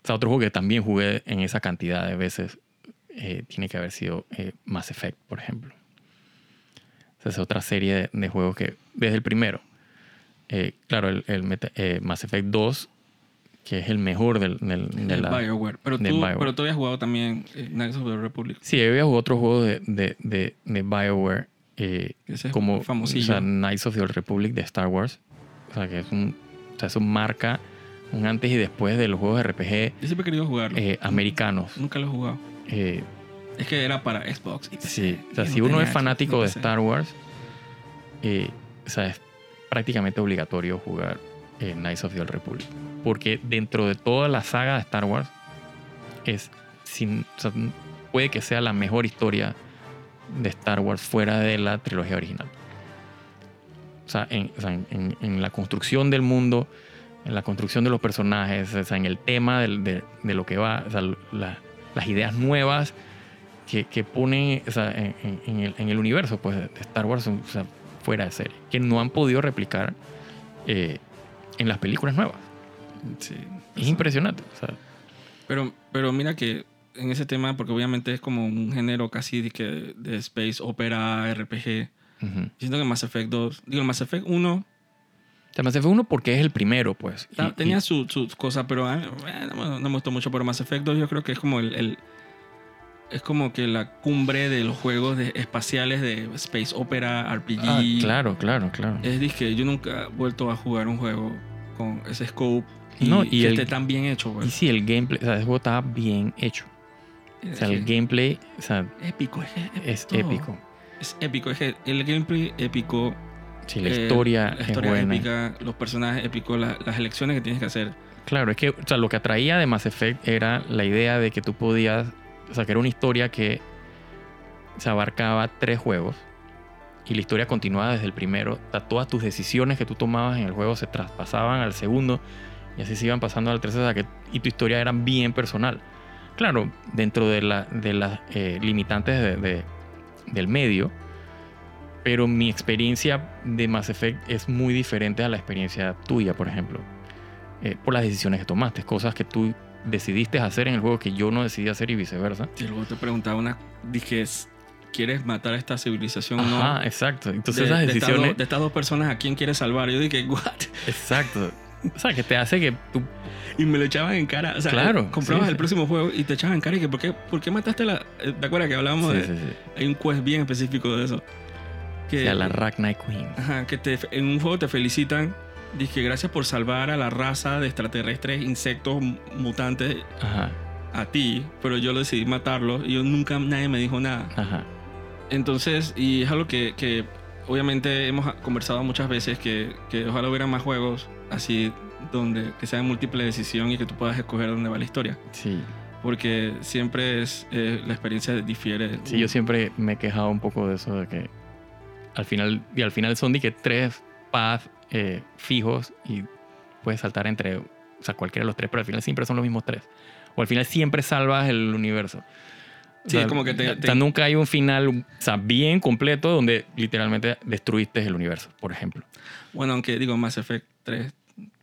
B: sea, otro juego que también jugué en esa cantidad de veces eh, tiene que haber sido eh, Mass Effect, por ejemplo. O sea, es otra serie de, de juegos que, desde el primero, eh, claro, el, el Meta- eh, Mass Effect 2, que es el mejor del, del- de
A: el
B: la-
A: Bioware. Pero tú,
B: del Bioware.
A: pero tú habías jugado también eh, Knights of the Republic.
B: Sí, yo había jugado otro juego de, de, de, de BioWare. eh,
A: Ese es
B: como
A: famosillo.
B: o sea, Knights of the Old Republic de Star Wars. O sea, que es un, o sea, eso marca un antes y después de los juegos RPG
A: Yo siempre he querido jugarlo.
B: eh, americanos.
A: Nunca lo he jugado.
B: Eh,
A: Es que era para Xbox. y PC.
B: sí, o sea,
A: Yo
B: si
A: no
B: uno
A: tenía
B: es
A: Xbox,
B: fanático
A: no
B: de
A: sé.
B: Star Wars, eh, o sea, es prácticamente obligatorio jugar eh, Knights of the Old Republic. Porque dentro de toda la saga de Star Wars, es sin, o sea, puede que sea la mejor historia de Star Wars fuera de la trilogía original. O sea, en, o sea, en- en- en la construcción del mundo, en la construcción de los personajes, o sea, en el tema del- de, de lo que va, o sea, la- las ideas nuevas que, que ponen o sea, en, en- en el, en el universo pues, de Star Wars son, o sea, fuera de serie, que no han podido replicar eh, en las películas nuevas.
A: Sí.
B: Es impresionante. o sea,
A: Pero, pero mira que en ese tema, porque obviamente es como un género casi de, que, de Space, Opera, RPG.
B: ujú.
A: Siento que Mass Effect 2, digo, el Mass Effect 1
B: O sea, Mass Effect 1 porque es el primero, pues. y-
A: ta-
B: y-
A: tenía su- sus cosas, pero a mí, eh, no, me- no me gustó mucho. Pero Mass Effect 2 yo creo que es como el, el- es como que la cumbre de los juegos de- espaciales de Space Opera, RPG.
B: Ah, claro, claro, claro.
A: Es dije, yo nunca he vuelto a jugar un juego con ese scope y,
B: No, y
A: que
B: el-
A: esté tan bien hecho. pues. güey.
B: y sí, el gameplay, o sea, el juego está bien hecho. O sea, el
A: Es
B: gameplay, o sea,
A: épico, es, es-
B: es
A: todo.
B: épico.
A: Es épico, es que el gameplay épico,
B: Sí, la
A: Eh,
B: historia
A: la
B: es
A: historia
B: buena.
A: épica, los personajes épicos, la- las elecciones que tienes que hacer.
B: Claro, es que o sea, lo que atraía de Mass Effect era la idea de que tú podías, o sea, que era una historia que se abarcaba tres juegos y la historia continuaba desde el primero. O sea, todas tus decisiones que tú tomabas en el juego se traspasaban al segundo y así se iban pasando al tercero, o sea, que, y tu historia era bien personal. Claro, dentro de, la- de las eh, limitantes de- de- del medio, pero mi experiencia de Mass Effect es muy diferente a la experiencia tuya, por ejemplo eh, por las decisiones que tomaste, cosas que tú decidiste hacer en el juego que yo no decidí hacer y viceversa.
A: Y luego te preguntaba una. Dije, es- ¿quieres matar a esta civilización o no?
B: Ajá, exacto. Entonces
A: de,
B: esas
A: de estas dos-
B: decisiones...
A: de estas dos personas, ¿a quién quieres salvar? Yo dije, ¿what?
B: Exacto. O sea, que te hace que tú...
A: Y me lo echaban en cara. O sea,
B: Claro,
A: Comprabas
B: sí,
A: el
B: sí.
A: próximo juego y te echaban en cara y que, ¿por qué, por qué mataste a la.? eh, ¿Te acuerdas que hablábamos
B: Sí,
A: de.?
B: sí, sí.
A: Hay un quest bien específico de eso.
B: O
A: Que,
B: sea, la Arachne Queen.
A: Ajá, que te, en un juego te felicitan. Dije, gracias por salvar a la raza de extraterrestres, insectos, mu- mutantes,
B: Ajá,
A: a ti. Pero yo decidí matarlos y yo nunca, nadie me dijo nada.
B: ajá.
A: Entonces, y es algo que, que obviamente hemos conversado muchas veces, que, que ojalá hubiera más juegos así donde que sea de múltiple decisión y que tú puedas escoger dónde va la historia.
B: Sí.
A: Porque siempre es, eh, la experiencia difiere.
B: Sí, yo siempre me he quejado un poco de eso de que al final, y al final son de que tres paths eh, fijos y puedes saltar entre, o sea, cualquiera de los tres, pero al final siempre son los mismos tres. O al final siempre salvas el universo. O
A: Sí, es como que te-
B: o sea,
A: te-
B: nunca hay un final, o sea, bien completo donde literalmente destruiste el universo, por ejemplo.
A: Bueno, aunque digo, Mass Effect 3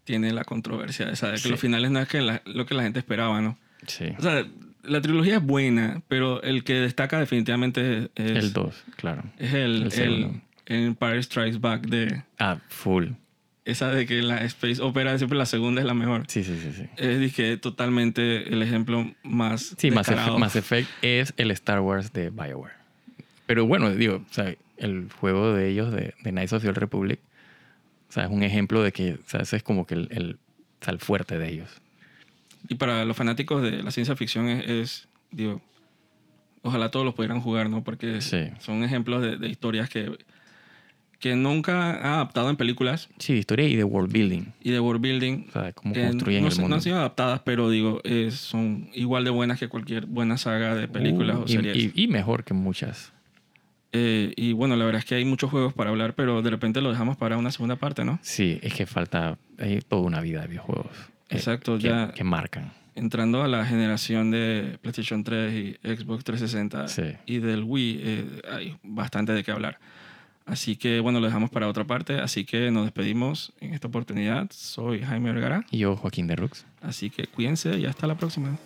A: tiene la controversia esa de que
B: Sí.
A: los finales no es que la- lo que la gente esperaba, ¿no?
B: Sí.
A: O sea, la trilogía es buena, pero el que destaca definitivamente es
B: el 2, claro.
A: es el,
B: el
A: el,
B: segundo.
A: el Empire Strikes Back de...
B: Ah, full.
A: Esa de que la Space Opera siempre la segunda es la mejor.
B: Sí, sí, sí, sí.
A: Es dije, totalmente el ejemplo más.
B: Sí, Mass Effect,
A: descarado.
B: Mass Effect es el Star Wars de Bioware. Pero bueno, digo, o sea, el juego de ellos, de, de Knights of the Old Republic, o sea, es un ejemplo de que, o sea, ese es como que el, el, o sea, el fuerte de ellos.
A: Y para los fanáticos de la ciencia ficción es, es, digo, ojalá todos los pudieran jugar, ¿no? Porque
B: Sí.
A: son ejemplos de, de historias que, que nunca han adaptado en películas
B: Sí, de historia y de world building.
A: y de world building.
B: O sea, cómo
A: que
B: construyen
A: no,
B: el
A: se- no
B: mundo.
A: han sido adaptadas, pero digo, es- son igual de buenas que cualquier buena saga de películas
B: Uh,
A: o
B: y-
A: series.
B: y, y mejor que muchas.
A: Eh, y bueno, la verdad es que hay muchos juegos para hablar, pero de repente lo dejamos para una segunda parte, ¿no?
B: Sí, es que falta, hay toda una vida de videojuegos. eh,
A: Exacto,
B: que,
A: ya-
B: que marcan.
A: entrando a la generación de PlayStation 3 y Xbox 360
B: Sí.
A: y del Wii, eh, hay bastante de qué hablar. Así que bueno, lo dejamos para otra parte. Así que nos despedimos en esta oportunidad. Soy Jaime Vergara.
B: Y yo, Joaquín de Rux.
A: Así que cuídense y hasta la próxima.